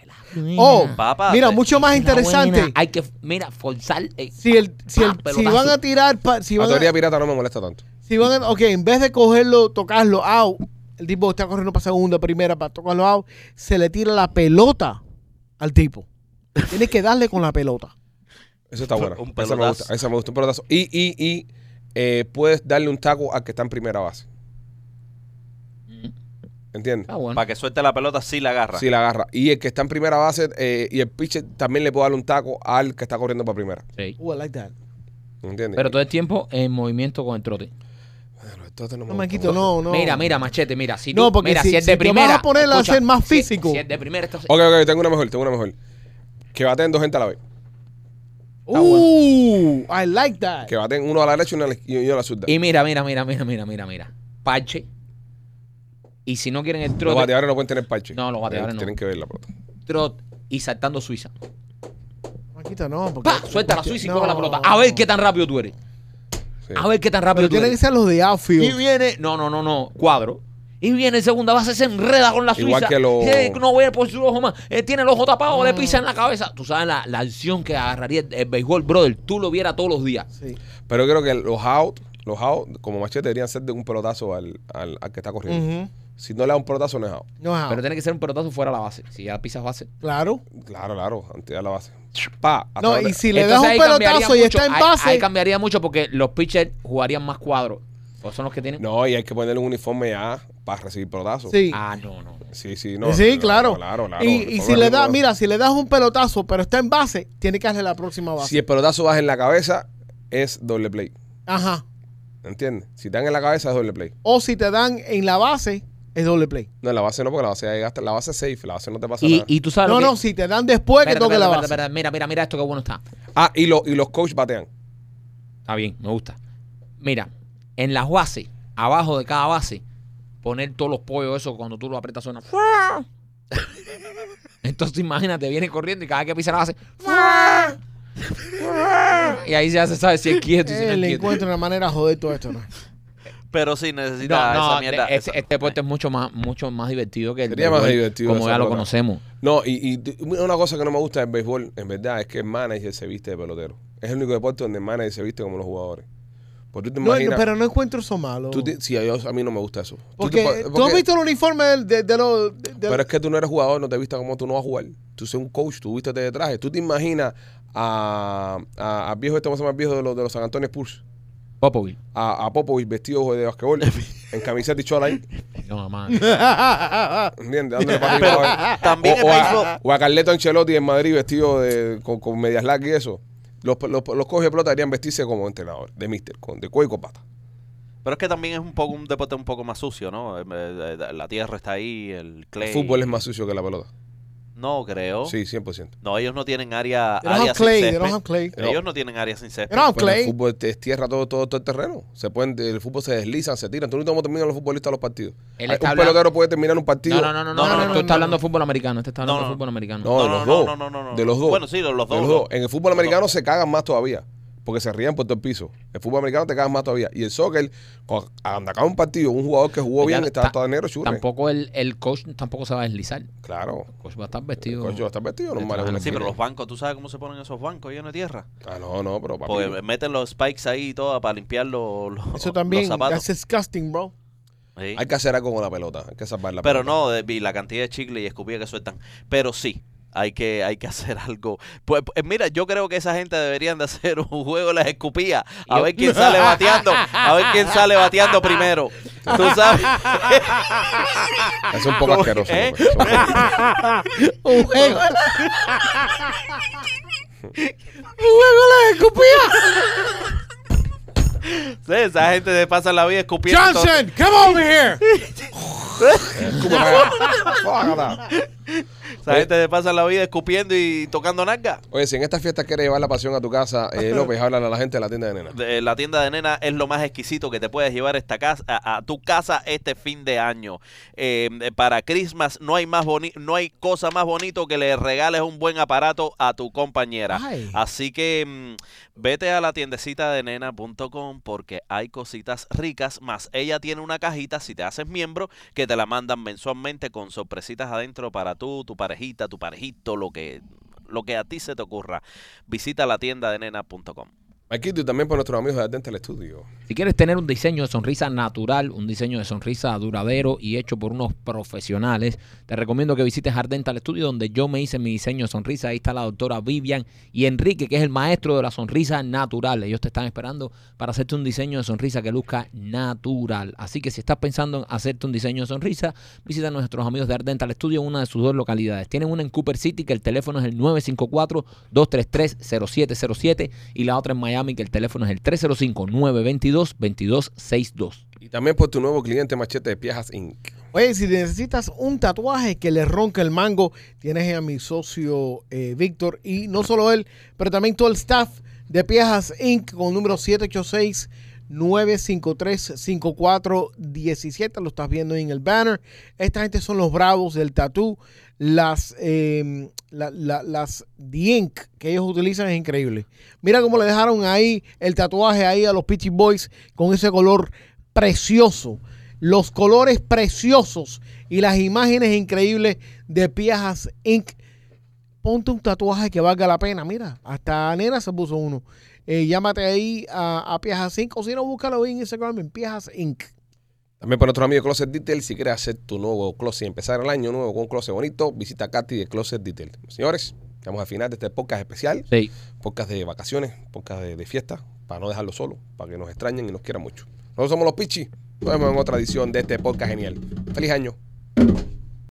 S4: Oh,
S3: papá.
S4: mira,
S3: te-
S4: mucho más
S2: se la
S4: interesante.
S2: buena. Hay que, mira, forzar. eh,
S4: Si, el, si, el-
S2: Ah, pelotazo.
S4: si van a tirar, pa- si
S1: La
S4: van
S1: teoría
S4: a,
S1: pirata no me molesta tanto.
S4: si van a- ok, en vez de cogerlo, tocarlo out, el tipo está corriendo para segunda, primera, para tocarlo out, se le tira la pelota al tipo. Tienes que darle con la pelota.
S1: Eso está bueno.
S3: [LAUGHS] Un
S1: Esa me
S3: pelotazo.
S1: gusta, esa me gusta, un pelotazo. Y, y, y eh, puedes darle un taco al que está en primera base.
S2: Mm.
S1: ¿Entiendes?
S2: está Ah, bueno.
S3: Para que suelte la pelota, sí la agarra.
S1: Si la agarra. Y el que está en primera base eh, y el pitcher también le puede darle un taco al que está corriendo para primera.
S2: Sí.
S4: Oh, I like that.
S1: ¿Entiendes?
S2: Pero todo el tiempo en movimiento con el trote.
S1: Bueno, esto no me
S4: No,
S1: gusta
S4: Manquito,
S1: mucho.
S4: no, no.
S2: Mira, mira, machete, mira. Si tú,
S4: No, porque
S2: mira,
S4: si-
S2: si es
S4: si
S2: de
S4: te vas a
S2: primera.
S4: poner a
S2: escucha,
S4: ser más
S2: si-
S4: físico. Oh,
S2: Si, es de primera, esto-
S1: Ok, ok, tengo una mejor, tengo una mejor. Que baten dos gente a la vez. Ah,
S4: Uh, I like that.
S1: Que baten uno a la derecha y uno a la, y uno a la zurda.
S2: Y mira, mira, mira, mira, mira, mira, mira. Parche. Y si no quieren el
S1: Los
S2: trot,
S1: bateadores no pueden tener parche. Eh,
S2: No, los bateadores no.
S1: Tienen que ver la pelota.
S2: trot y saltando Suiza.
S4: Manquito, no. Porque,
S2: Pa, Suelta la
S4: porque-
S2: Suiza y
S4: no.
S2: coge la pelota. A ver qué tan rápido tú eres.
S1: Sí.
S2: A ver qué tan rápido
S4: Pero
S2: tú
S4: tiene que
S2: eres.
S4: ser los de
S2: Y
S4: outfield.
S2: viene. No, no, no, no. Cuadro. Y viene en segunda base, se enreda con la Suiza.
S1: Igual que lo-
S2: Eh, no ve por su ojo más. Eh, tiene el ojo tapado,
S4: Mm.
S2: le pisa en la cabeza. Tú sabes la, la acción que agarraría el, el béisbol, brother. Tú lo vieras todos los días.
S4: Sí.
S1: Pero yo creo que los out, los out, como machete, deberían ser de un pelotazo al, al, al que está corriendo.
S4: Ujú.
S1: Si no le da un pelotazo, no es out.
S4: No es out.
S2: Pero tiene que ser un pelotazo fuera de la base. Si ya pisas base.
S4: Claro.
S1: Claro, claro, antes de la base. Pa, hasta
S4: No,
S1: donde-
S4: y si le das
S2: Entonces
S4: un
S2: ahí cambiaría
S4: pelotazo y
S2: mucho,
S4: está en
S2: ahí-
S4: base.
S2: Ahí, cambiaría mucho porque los pitchers jugarían más cuadros. O son los que tienen.
S1: No, y hay que ponerle un uniforme ya para recibir pelotazos.
S4: sí.
S2: Ah, no, no.
S1: sí, sí, no.
S4: sí,
S1: no,
S4: claro.
S1: Claro, claro.
S4: Y, y
S1: Ponle
S4: si le
S1: algo
S4: das,
S1: más.
S4: mira, si le das un pelotazo, pero está en base, tiene que hacerle la próxima base.
S1: Si el pelotazo baja en la cabeza, es doble play.
S4: Ajá.
S1: ¿Entiendes? Si te dan en la cabeza, es doble play.
S4: O si te dan en la base, es doble play.
S1: No, en la base no, porque la base ya llegaste. La base es safe, la base no te pasa
S2: Y,
S1: nada.
S2: y tú sabes.
S4: No,
S2: lo que-
S4: no, si te dan después que
S2: Espérate,
S4: toque la
S2: espérate,
S4: base.
S2: espérate, Mira, mira, mira esto que bueno está.
S1: Ah, y, lo- y los coaches batean.
S2: Está bien, me gusta. Mira, en las bases, abajo de cada base, poner todos los pollos, eso cuando tú lo aprietas suena. ¡fua! [LAUGHS] Entonces imagínate, viene corriendo y cada vez que pisa la base.
S4: [LAUGHS]
S2: ¡fua! ¡fua! Y ahí ya se sabe si es quieto y si no
S4: Eh,
S2: es
S4: le
S2: quieto.
S4: encuentro una manera de joder
S1: [LAUGHS]
S4: todo esto. ¿no?
S3: Pero sí necesita
S2: No, no,
S3: esa mierda.
S2: de- este,
S3: esa-
S2: este deporte es mucho más, mucho más divertido que el
S1: Sería más
S2: béisbol,
S1: divertido
S2: como
S1: esa
S2: ya lo
S1: pelota.
S2: conocemos.
S1: No, y, y t- una cosa que no me gusta del béisbol, en verdad, es que el manager se viste de pelotero. Es el único deporte donde el manager se viste como los jugadores. Pues tú te
S4: No,
S1: imaginas.
S4: pero no encuentro eso malo.
S1: tú te- sí, a, yo- a mí no me gusta eso. Tú te
S4: porque,
S1: pa-
S4: tú has
S1: porque-
S4: visto el uniforme del- de, de los. de- de-
S1: Pero
S4: [LAUGHS]
S1: es que tú no eres jugador, no te vistas como tú no vas a jugar. Tú eres un coach, tú vístete de traje. Tú te imaginas a, a, a viejo, este más viejo de los, de los San Antonio Spurs,
S2: Popovich.
S1: a, a Popovich vestido de
S4: [LAUGHS]
S1: basquetbol, en camiseta y chola ahí, [LAUGHS]
S2: No, mamá.
S1: Ah,
S4: [LAUGHS]
S1: ¿entiendes? Dándole para arriba,
S3: Pero
S1: para abajo.
S3: [LAUGHS] también
S1: o,
S3: el
S1: o
S3: béisbol.
S1: a, o a Carleto Ancelotti en Madrid vestido de, con, con medias largas y eso. Los, los, los coaches de pelota deberían vestirse como entrenador, de mister, con, de cuello y corbata.
S3: Pero es que también es un poco un deporte un poco más sucio, ¿no? Eh, eh, eh, La tierra está ahí, el clay.
S1: El fútbol es más sucio que la pelota.
S3: No creo.
S1: Sí, 100%.
S3: No, ellos no tienen área,
S4: They don't
S3: área
S4: have clay.
S3: sin
S4: They don't
S3: césped.
S4: have clay.
S1: No.
S3: Ellos no tienen área sin césped.
S4: They don't have
S1: Pero el
S4: clay.
S1: fútbol te estierra todo, todo, todo el terreno. Se pueden, el fútbol se deslizan, se tiran. Tú no cómo terminan los futbolistas los partidos.
S2: Él
S1: Hay-
S2: está
S1: un
S2: hablando-
S1: pelotero puede terminar un partido.
S2: No, no, no, no,
S3: No, no,
S2: no,
S3: no,
S2: Tú
S4: no.
S2: estás hablando de fútbol americano. Este está hablando
S3: No,
S2: de
S3: no.
S2: fútbol americano.
S1: No, de
S3: No,
S1: los
S3: no,
S1: dos.
S3: no, no, no, no.
S1: De los dos.
S3: Bueno, sí, de los dos,
S1: De los
S3: los
S1: dos.
S3: dos.
S1: En el fútbol
S3: Los
S1: americano
S3: dos.
S1: se cagan más todavía. Porque se rían por todo el piso. El fútbol americano te cagan más todavía. Y el soccer, cuando acaba un partido, un jugador que
S3: Pues
S1: jugó bien
S2: Ya,
S1: está
S2: ta-
S1: todo negro, churre.
S2: Tampoco el, el coach tampoco se va a deslizar. El
S1: Claro.
S2: coach va a estar vestido.
S1: Coño, está vestido
S2: de
S1: normal. es una
S2: traje,
S3: Sí, pero
S1: mierda.
S3: los bancos, ¿tú sabes cómo se ponen esos bancos llenos de tierra?
S1: Ah, no, no, pero papi.
S3: Porque meten los spikes ahí y todo para limpiar los, los-
S4: Eso también.
S3: los zapatos.
S4: That's disgusting, bro.
S3: Sí.
S1: Hay que hacer algo con la pelota. Hay que salvar la
S3: eh, Pero
S1: pelota.
S3: no, de- vi la cantidad de chicle y escupilla que sueltan. Pero sí, hay que, hay que [LAUGHS] hacer algo. Pues, pues, mira, yo creo que esa gente deberían de hacer un juego de las escupillas. A
S2: Yo-
S3: ver quién sale bateando. A ver quién sale bateando primero. Tú sabes.
S1: Es un
S3: [LAUGHS]
S1: poco asqueroso.
S3: ¿Eh?
S1: López, es un poco-
S4: Un juego. Un juego la escupía.
S3: [LAUGHS] Sí, esa gente se pasa la vida escupiendo. todo.
S4: Johnson, come over here.
S3: [LAUGHS]
S1: Fágala.
S3: Esa gente se pasa la vida escupiendo y tocando narga.
S1: Oye, si en esta fiesta quieres llevar la pasión a tu casa,
S3: [LAUGHS]
S1: eh, López, háblale a la gente de la tienda de nena.
S3: De- La tienda de nena es lo más exquisito que te puedes llevar a esta casa, a, a tu casa este fin de año. Eh, eh, para Christmas no hay más boni- no hay cosa más bonito que le regales un buen aparato a tu compañera.
S4: Ay.
S3: Así que mm, vete a la tiendecita de nena.com porque hay cositas ricas, más ella tiene una cajita si te haces miembro que te la mandan mensualmente con sorpresitas adentro para tú, tu parejita, tu parejito, lo que lo que a ti se te ocurra. Visita la tienda de nena.com.
S1: Maquito y también por nuestros amigos de Dental Studio.
S2: Si quieres tener un diseño de sonrisa natural, un diseño de sonrisa duradero y hecho por unos profesionales, te recomiendo que visites Ardental Studio donde yo me hice mi diseño de sonrisa. Ahí está la doctora Vivian y Enrique, que es el maestro de la sonrisa natural. Ellos te están esperando para hacerte un diseño de sonrisa que luzca natural. Así que si estás pensando en hacerte un diseño de sonrisa, visita a nuestros amigos de Ardental Studio en una de sus dos localidades. Tienen una en Cooper City que el teléfono es el 954-233-0707 y la otra en Miami que el teléfono es el 305-922-2262.
S1: Y también por tu nuevo cliente Machete de Piajas Inc.
S4: Oye, si necesitas un tatuaje que le ronque el mango, tienes a mi socio eh, Víctor y no solo él, pero también todo el staff de Piajas Inc. con número 786-953-5417. Lo estás viendo ahí en el banner. Esta gente son los bravos del tatú. Las, eh, la- la- las Dienk que ellos utilizan es increíble. Mira cómo le dejaron ahí el tatuaje ahí a los Pitchy Boys con ese color precioso los colores preciosos y las imágenes increíbles de Piajas Inc. Ponte un tatuaje que valga la pena. Mira, hasta Nena se puso uno. Eh, llámate ahí a, a Piajas Inc. O si no, búscalo ahí en Instagram en Piajas Inc.
S1: También por nuestros amigos de Closet Detail. Si quieres hacer tu nuevo closet y empezar el año nuevo con un closet bonito, visita a Katy de Closet Detail. Señores, estamos al final de este podcast especial.
S2: Sí.
S1: Podcast de vacaciones, podcast de, de fiesta, para no dejarlo solo, para que nos extrañen y nos quieran mucho. Nosotros somos los Pichi. Nos vemos en otra edición de este podcast genial. Feliz año.